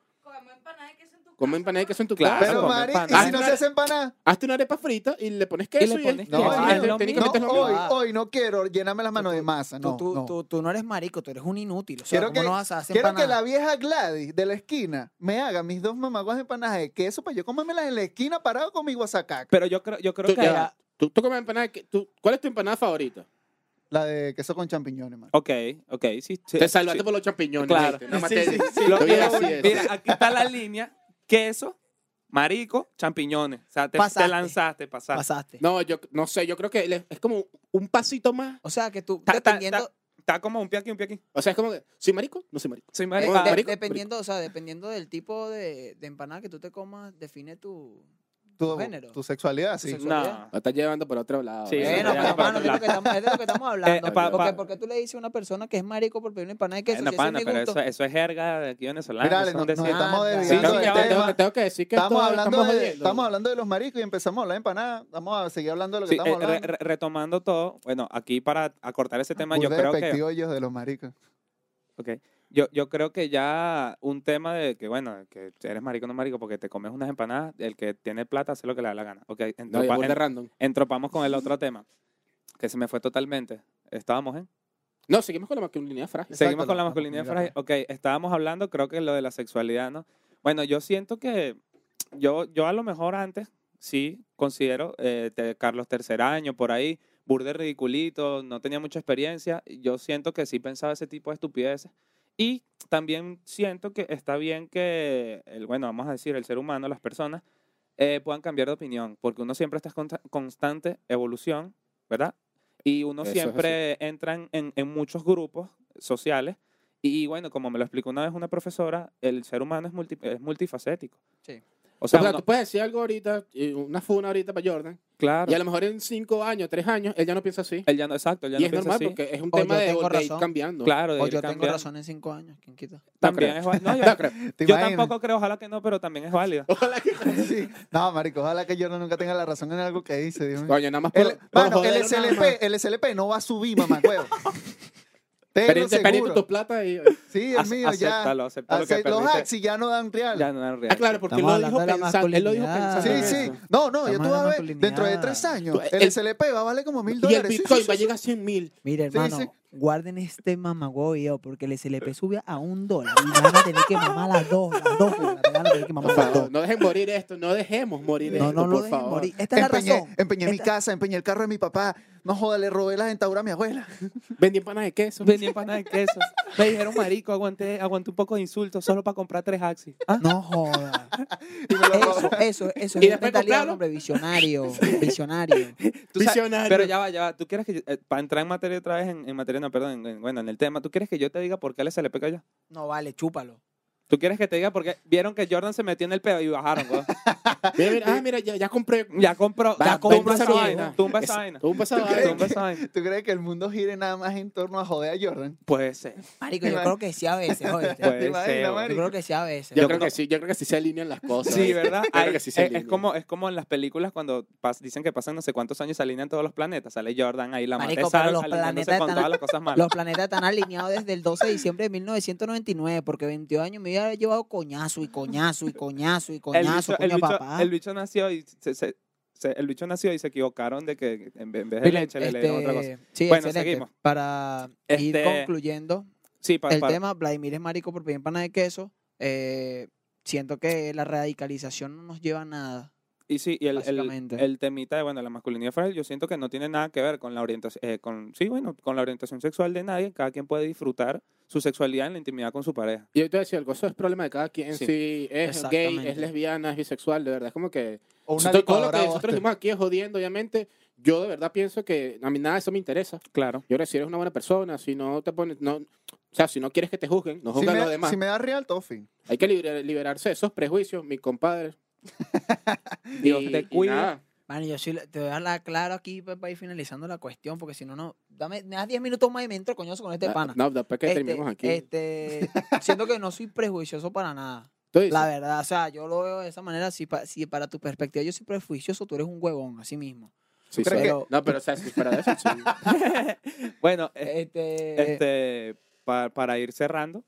Speaker 2: Come empanada de queso en tu
Speaker 4: Claro.
Speaker 2: casa.
Speaker 3: Pero,
Speaker 4: come
Speaker 3: marico, ¿y
Speaker 4: empanada.
Speaker 3: si no se hace empanada?
Speaker 2: Hazte una arepa frita y le pones queso
Speaker 4: le pones
Speaker 2: es-
Speaker 3: queso.
Speaker 2: es-
Speaker 3: No,
Speaker 2: es-
Speaker 4: no,
Speaker 2: técnicamente es lo
Speaker 3: No,
Speaker 2: mismo.
Speaker 3: hoy, hoy no quiero llenarme las manos de masa. Ah, No,
Speaker 1: Ah. tú, tú,
Speaker 3: no.
Speaker 1: Tú, tú no eres marico, tú eres un inútil. O sea,
Speaker 3: Quiero
Speaker 1: ¿cómo
Speaker 3: que,
Speaker 1: no vas a hacer
Speaker 3: quiero que
Speaker 1: empanada?
Speaker 3: la vieja Gladys de la esquina me haga mis dos mamaguas de empanadas de queso para yo comérmelas en la esquina parado con mi guasacaca.
Speaker 4: Pero yo creo, yo creo
Speaker 2: Tú-
Speaker 4: que...
Speaker 2: ya va. Tú, tú comes empanada de que- tú- ¿Cuál es tu empanada favorita?
Speaker 3: La de queso con champiñones, mano.
Speaker 4: Ok, ok, sí. sí,
Speaker 2: Te salvaste
Speaker 4: sí.
Speaker 2: por los champiñones.
Speaker 4: Claro.
Speaker 2: ¿viste? No,
Speaker 3: Sí,
Speaker 2: mate-
Speaker 3: sí, sí.
Speaker 2: Lo-
Speaker 4: Lo-
Speaker 2: Estoy
Speaker 4: mira,
Speaker 2: así es.
Speaker 4: mira, aquí está la línea. Queso, marico, champiñones. O sea, te, te
Speaker 1: Pasaste.
Speaker 4: lanzaste, pasaste.
Speaker 1: Pasaste.
Speaker 2: No, yo no sé, yo creo que él es- es como un pasito más.
Speaker 1: O sea, que tú,
Speaker 4: Ta- ta- ta-
Speaker 1: dependiendo,
Speaker 4: Está como un pie aquí, un pie aquí.
Speaker 2: O sea, es como que, ¿soy marico? No soy marico.
Speaker 3: Este
Speaker 4: Soy
Speaker 1: eh,
Speaker 4: marico.
Speaker 2: Bueno,
Speaker 1: de-
Speaker 2: marico,
Speaker 1: dependiendo, o sea, dependiendo del tipo de, de empanada que tú te comas, define tu...
Speaker 3: Tu,
Speaker 1: género.
Speaker 3: tu sexualidad, sí.
Speaker 1: Tu
Speaker 4: no.
Speaker 1: sexualidad.
Speaker 2: Lo estás llevando por otro lado.
Speaker 4: Sí,
Speaker 2: ¿eh?
Speaker 1: Bueno,
Speaker 4: ya,
Speaker 1: pero,
Speaker 4: para
Speaker 1: mano,
Speaker 4: otro
Speaker 1: es, lo que estamos, es de lo que estamos hablando.
Speaker 4: [laughs] Eh, pa-
Speaker 1: porque,
Speaker 4: pa-
Speaker 1: porque tú le dices a una persona que es marico por pedir una empanada de queso,
Speaker 4: Bueno,
Speaker 1: si
Speaker 4: pana,
Speaker 1: ese es mi
Speaker 4: pero
Speaker 1: gusto.
Speaker 4: eso, eso es jerga de aquí venezolana.
Speaker 3: Mira, Ale,
Speaker 4: son
Speaker 3: no-
Speaker 4: de
Speaker 3: nos
Speaker 4: siete-
Speaker 3: estamos
Speaker 1: Ah,
Speaker 2: Sí,
Speaker 3: desviando
Speaker 2: no,
Speaker 4: Sí,
Speaker 3: del
Speaker 2: ya,
Speaker 4: ya,
Speaker 2: tengo,
Speaker 3: tema.
Speaker 2: que- tengo que decir que
Speaker 3: Estamos
Speaker 2: esto-
Speaker 3: hablando, de,
Speaker 2: jodiendo.
Speaker 3: estamos hablando de los maricos y empezamos a hablar de empanadas. Vamos a seguir hablando de lo que
Speaker 4: Sí, eh,
Speaker 3: estamos
Speaker 4: re-
Speaker 3: hablando. Ah,
Speaker 4: re- retomando todo, bueno, aquí para acortar ese tema, yo
Speaker 3: Burda de
Speaker 4: creo que...
Speaker 3: despectivo ellos de los maricos.
Speaker 4: Ok. Yo, yo creo que ya un tema de que, bueno, que eres marico o no marico, porque te comes unas empanadas, el que tiene plata hace lo que le da la gana. Ok,
Speaker 2: No,
Speaker 4: entropa-
Speaker 2: yo voy de
Speaker 4: en-
Speaker 2: random.
Speaker 4: entropamos con el otro tema, que se me fue totalmente. Estábamos en...
Speaker 2: No, seguimos con la masculinidad frágil.
Speaker 3: Exacto,
Speaker 4: Seguimos con
Speaker 3: la-
Speaker 4: la
Speaker 3: la
Speaker 4: masculinidad
Speaker 3: masculinidad
Speaker 4: frágil. Ok, estábamos hablando, creo que lo de la sexualidad, ¿no? Bueno, yo siento que yo, yo a lo mejor antes sí considero eh, te- Carlos tercer año, por ahí, burde ridiculito, no tenía mucha experiencia. Yo siento que sí pensaba ese tipo de estupideces. Y también siento que está bien que, el, bueno, vamos a decir, el ser humano, las personas, eh, puedan cambiar de opinión, porque uno siempre está en consta- constante evolución, ¿verdad? Y uno
Speaker 2: Eso es
Speaker 4: siempre entra en, en muchos grupos sociales Y bueno, como me lo explicó una vez una profesora, el ser humano es, multi- es multifacético.
Speaker 1: Sí.
Speaker 4: O sea,
Speaker 2: O sea,
Speaker 4: uno-
Speaker 2: tú puedes decir algo ahorita, eh, una funa ahorita para Jordan,
Speaker 4: claro.
Speaker 2: y a lo mejor en cinco años, tres años, él ya no piensa así.
Speaker 4: Él ya no, exacto, él ya
Speaker 2: y
Speaker 4: no
Speaker 2: es
Speaker 4: piensa
Speaker 2: normal
Speaker 4: así.
Speaker 2: porque es un
Speaker 1: O
Speaker 2: tema
Speaker 1: yo
Speaker 2: de,
Speaker 1: tengo
Speaker 2: de ir
Speaker 1: razón.
Speaker 2: cambiando.
Speaker 4: Claro, de
Speaker 1: O
Speaker 4: ir
Speaker 1: Pues, Oh, yo tengo
Speaker 4: cambiando.
Speaker 1: razón en cinco años, ¿quién quita?
Speaker 4: También
Speaker 2: creo.
Speaker 4: es
Speaker 2: [laughs]
Speaker 4: válido. No, yo,
Speaker 2: No creo.
Speaker 3: ¿Te
Speaker 4: yo
Speaker 3: imaginas?
Speaker 4: tampoco creo, ojalá que no, pero también es válido. [laughs]
Speaker 2: Ojalá que-
Speaker 3: [laughs] Sí. No, marico, ojalá que yo no- nunca tenga la razón en algo que dice.
Speaker 4: [laughs]
Speaker 3: Dios mío.
Speaker 2: Coño, nada más por,
Speaker 3: El,
Speaker 2: por
Speaker 3: mano,
Speaker 2: joder,
Speaker 3: el,
Speaker 2: nada
Speaker 3: SLP,
Speaker 2: más.
Speaker 3: el SLP no va a subir, mamá, huevo. Tenlo
Speaker 2: Perdiste, perdiste
Speaker 3: seguro.
Speaker 2: tu plata y...
Speaker 3: Sí, el mío ya.
Speaker 4: acéptalo, acéptalo
Speaker 3: Hace-
Speaker 4: que
Speaker 3: los
Speaker 4: perdiste.
Speaker 3: Axis ya no dan real.
Speaker 4: Ya no dan real.
Speaker 2: Ah, claro, porque él
Speaker 1: Estamos
Speaker 2: lo, dijo
Speaker 1: hablando de la
Speaker 2: pensando, él lo dijo
Speaker 1: masculinidad.
Speaker 2: pensando.
Speaker 3: Sí,
Speaker 2: en
Speaker 3: sí.
Speaker 2: eso.
Speaker 3: No, no, ya tú
Speaker 1: Estamos
Speaker 3: vas a ver,
Speaker 1: hablando
Speaker 3: dentro de
Speaker 1: con
Speaker 3: tres años,
Speaker 2: Tú, eh,
Speaker 3: el,
Speaker 2: el-
Speaker 3: SLP va a valer como mil
Speaker 2: Y el
Speaker 3: dólares. sí,
Speaker 2: Bitcoin
Speaker 3: sí,
Speaker 2: va a
Speaker 3: sí,
Speaker 2: llegar a 100 mil.
Speaker 1: Mira,
Speaker 3: Sí,
Speaker 1: hermano,
Speaker 3: sí.
Speaker 1: guarden este mamagüeo porque el
Speaker 2: [laughs]
Speaker 1: SLP sube a un dólar y van a tener que mamar las dos, las dos, güey, van a tener que
Speaker 2: Por
Speaker 1: mamar las
Speaker 2: favor,
Speaker 1: dos.
Speaker 2: no dejen morir esto, no dejemos morir
Speaker 1: No,
Speaker 2: esto,
Speaker 1: no lo
Speaker 2: por
Speaker 1: dejen
Speaker 2: favor.
Speaker 1: morir. Esta es la
Speaker 3: Empeñé,
Speaker 1: razón.
Speaker 3: empeñé mi
Speaker 1: Esta-
Speaker 3: casa, empeñé el carro de mi papá. No joda, le robé las dentaduras a mi abuela. [laughs]
Speaker 2: Vendí panas de queso.
Speaker 4: Venía empanadas de quesos. Me dijeron, marico, aguanté, aguanté un poco de insultos solo para comprar tres axis. Ah,
Speaker 2: [laughs]
Speaker 1: No joda.
Speaker 3: Y me lo robó.
Speaker 1: Eso, eso, eso
Speaker 2: Y
Speaker 1: es
Speaker 2: después
Speaker 1: mentalidad de
Speaker 2: compraron.
Speaker 1: hombre
Speaker 2: [laughs]
Speaker 1: visionario, visionario.
Speaker 4: tú sabes-
Speaker 2: Visionario.
Speaker 4: Pero ya va, ya va. ¿Tú quieres que yo, para entrar en materia otra vez, en, en materia, no, perdón, en- en- bueno, en el tema, ¿tú quieres que yo te diga por qué el SLP cayó?
Speaker 1: No vale, chúpalo.
Speaker 4: ¿Tú quieres que te diga por qué vieron que Jordan se metió en el pedo y bajaron, weón?
Speaker 2: Mira, mira, ah, mira, ya, ya compré.
Speaker 4: Ya compró,
Speaker 2: Va,
Speaker 4: ya compró
Speaker 2: tumba
Speaker 4: esa
Speaker 2: esa
Speaker 4: vaina.
Speaker 2: vaina.
Speaker 4: Tumba esa
Speaker 2: Esa-
Speaker 4: vaina.
Speaker 2: Tú un pasado.
Speaker 3: crees
Speaker 4: Tumba esa vaina.
Speaker 3: ¿Tú crees que el mundo gire nada más en torno a joder a Jordan?
Speaker 4: Puede ser,
Speaker 1: Marico, yo creo que sí a
Speaker 2: [laughs]
Speaker 1: veces, oíste.
Speaker 4: puede
Speaker 3: imaginas,
Speaker 4: ser.
Speaker 1: Yo
Speaker 4: weón.
Speaker 3: marico?
Speaker 1: creo que sí a veces.
Speaker 2: Yo,
Speaker 4: Yo
Speaker 2: creo
Speaker 4: creo-
Speaker 2: que sí, yo creo que sí se alinean las cosas.
Speaker 4: Sí,
Speaker 2: ¿eh? [laughs]
Speaker 4: ¿verdad?
Speaker 2: Yo creo
Speaker 4: Hay-
Speaker 2: que sí
Speaker 4: es,
Speaker 2: se
Speaker 4: es
Speaker 2: alinean.
Speaker 4: como, es como en las películas cuando pas- dicen que pasan no sé cuántos años y se alinean todos los planetas. Sale Jordan ahí, la
Speaker 1: Marico, pero
Speaker 4: mata sale
Speaker 1: los
Speaker 4: alineándose
Speaker 1: planetas
Speaker 4: con
Speaker 1: están-
Speaker 4: todas las cosas malas.
Speaker 1: Los planetas están alineados desde el 12 de diciembre de 1999, porque 22 años me había llevado coñazo y coñazo y coñazo y
Speaker 4: el,
Speaker 1: coñazo,
Speaker 4: bicho, el,
Speaker 1: coño,
Speaker 4: bicho,
Speaker 1: papá.
Speaker 4: el bicho nació y se, se- se- el bicho nació y se equivocaron de que en vez en vez de
Speaker 1: Miren,
Speaker 4: leche le dieron otra cosa.
Speaker 1: este, sí,
Speaker 4: Bueno,
Speaker 1: excelente.
Speaker 4: seguimos.
Speaker 1: Para ir
Speaker 4: Este,
Speaker 1: concluyendo
Speaker 4: Sí, pa-
Speaker 1: el
Speaker 4: pa-
Speaker 1: tema, Vladimir es marico por pedir pana de queso. eh, siento que la radicalización no nos lleva a nada.
Speaker 4: y sí, y el, el,
Speaker 1: básicamente.
Speaker 4: el temita de bueno, la masculinidad frágil, yo siento que no tiene nada que ver con la orientación, eh, con, sí, bueno, con la orientación sexual de nadie. Cada quien puede disfrutar su sexualidad en la intimidad con su pareja.
Speaker 2: Y yo te voy a decir algo, eso es problema de cada quien.
Speaker 4: Sí.
Speaker 2: Si es gay,
Speaker 1: Exactamente.
Speaker 2: es lesbiana, es bisexual, de verdad. Es como que.
Speaker 3: O una
Speaker 2: Nosotros- todo lo que
Speaker 3: licuadora
Speaker 2: nosotros
Speaker 3: Oster.
Speaker 2: decimos aquí es jodiendo, obviamente. Yo de verdad pienso que a mí nada de eso me interesa.
Speaker 4: Claro.
Speaker 2: Yo creo que si eres una buena persona, si no te pones. No, o sea, si no quieres que te juzguen, no
Speaker 3: Si
Speaker 2: juzgan los
Speaker 3: me,
Speaker 2: demás.
Speaker 3: si me da real, todo fin.
Speaker 2: Hay que liber- liberarse de esos prejuicios, mi compadre.
Speaker 4: [laughs] Dios te cuide.
Speaker 2: nada.
Speaker 1: Bueno, yo sí le- te voy a hablar claro aquí para, ir finalizando la cuestión, porque si no, no. Dame, me das 10 minutos más y me entro coñazo con este
Speaker 2: Ah,
Speaker 1: pana.
Speaker 2: No, después que
Speaker 1: Este,
Speaker 2: terminemos aquí.
Speaker 4: [laughs]
Speaker 1: este, siento que no soy prejuicioso para nada.
Speaker 2: Tú dices,
Speaker 1: La verdad, o sea, yo lo veo de esa manera. Si, pa- si para tu perspectiva yo soy prejuicioso, tú eres un huevón, así mismo.
Speaker 2: sí,
Speaker 3: ¿Crees
Speaker 2: sí.
Speaker 1: que-
Speaker 2: No, pero o sea, si fuera de eso, sí.
Speaker 4: Bueno, eh,
Speaker 1: Este,
Speaker 4: Este, pa- para ir cerrando,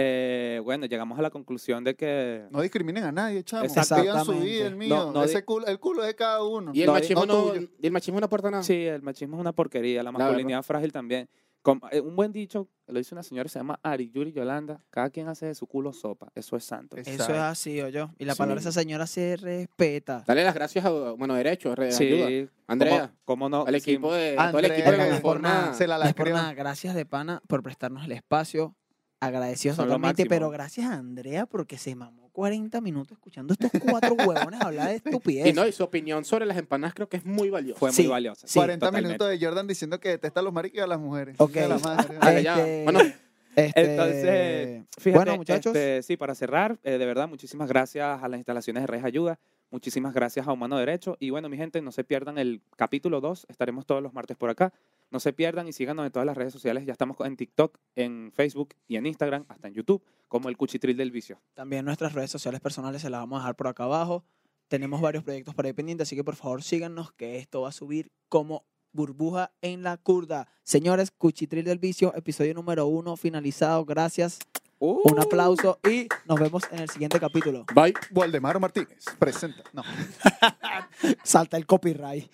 Speaker 4: eh, bueno, llegamos a la conclusión de que
Speaker 3: No discriminen a nadie, chamo.
Speaker 1: Exactamente.
Speaker 3: Digan su vida, el mío.
Speaker 4: No, no
Speaker 3: Ese culo, el culo es de cada uno.
Speaker 2: Y el,
Speaker 4: No,
Speaker 2: machismo
Speaker 3: no
Speaker 2: no,
Speaker 3: tuyo.
Speaker 2: y el machismo no aporta nada.
Speaker 4: sí, el machismo es una porquería, la
Speaker 2: Ah. La
Speaker 4: masculinidad frágil también. Com- eh, un buen dicho, lo dice una señora, se llama Ari Yuri Yolanda, cada quien hace de su culo sopa, eso es santo.
Speaker 3: Es-
Speaker 1: eso es así, yo. Y la
Speaker 2: Sí.
Speaker 1: palabra de esa señora se respeta.
Speaker 2: Dale las gracias a Mano Derecho, Re- ayuda.
Speaker 4: Sí,
Speaker 2: Andrea,
Speaker 4: ¿cómo, cómo no?
Speaker 2: al
Speaker 4: Sí,
Speaker 2: equipo de, a todo el equipo de
Speaker 1: Andrea,
Speaker 2: la forma.
Speaker 3: se la
Speaker 1: No es por
Speaker 3: lacró.
Speaker 1: nada. Gracias de pana por prestarnos el espacio. Agradecidos
Speaker 4: Son lo
Speaker 1: totalmente,
Speaker 4: máximo.
Speaker 1: pero gracias a Andrea porque se mamó 40 minutos escuchando estos cuatro huevones hablar de
Speaker 2: Y
Speaker 1: estupidez.
Speaker 2: no, y su opinión sobre las empanadas creo que es muy valiosa.
Speaker 4: fue
Speaker 1: Sí,
Speaker 4: muy valiosa.
Speaker 1: sí,
Speaker 3: 40
Speaker 4: totalmente.
Speaker 3: minutos de Jordan diciendo que detesta a los maricos y a las mujeres.
Speaker 1: Ok.
Speaker 3: De la madre.
Speaker 2: Dale, Ah, ya.
Speaker 1: Este-
Speaker 2: Bueno,
Speaker 1: Este,
Speaker 4: Entonces, Fíjate,
Speaker 1: bueno, muchachos.
Speaker 4: este, sí, para cerrar, eh, de verdad, muchísimas gracias a las instalaciones de Redes Ayuda, muchísimas gracias a Humano Derecho. Y bueno, mi gente, no se pierdan el capítulo 2, estaremos todos los martes por acá. No se pierdan y síganos en todas las redes sociales. Ya estamos en TikTok, en Facebook y en Instagram, hasta en YouTube, como el Cuchitril del Vicio.
Speaker 1: También nuestras redes sociales personales se las vamos a dejar por acá abajo. Tenemos varios proyectos para ir pendientes, así que por favor síganos que esto va a subir como burbuja en la curda. Señores, Cuchitril del Vicio, episodio número uno finalizado. Gracias, un aplauso y nos vemos en el siguiente capítulo.
Speaker 2: bye.
Speaker 3: Waldemar Martínez presenta. No.
Speaker 1: Salta el copyright.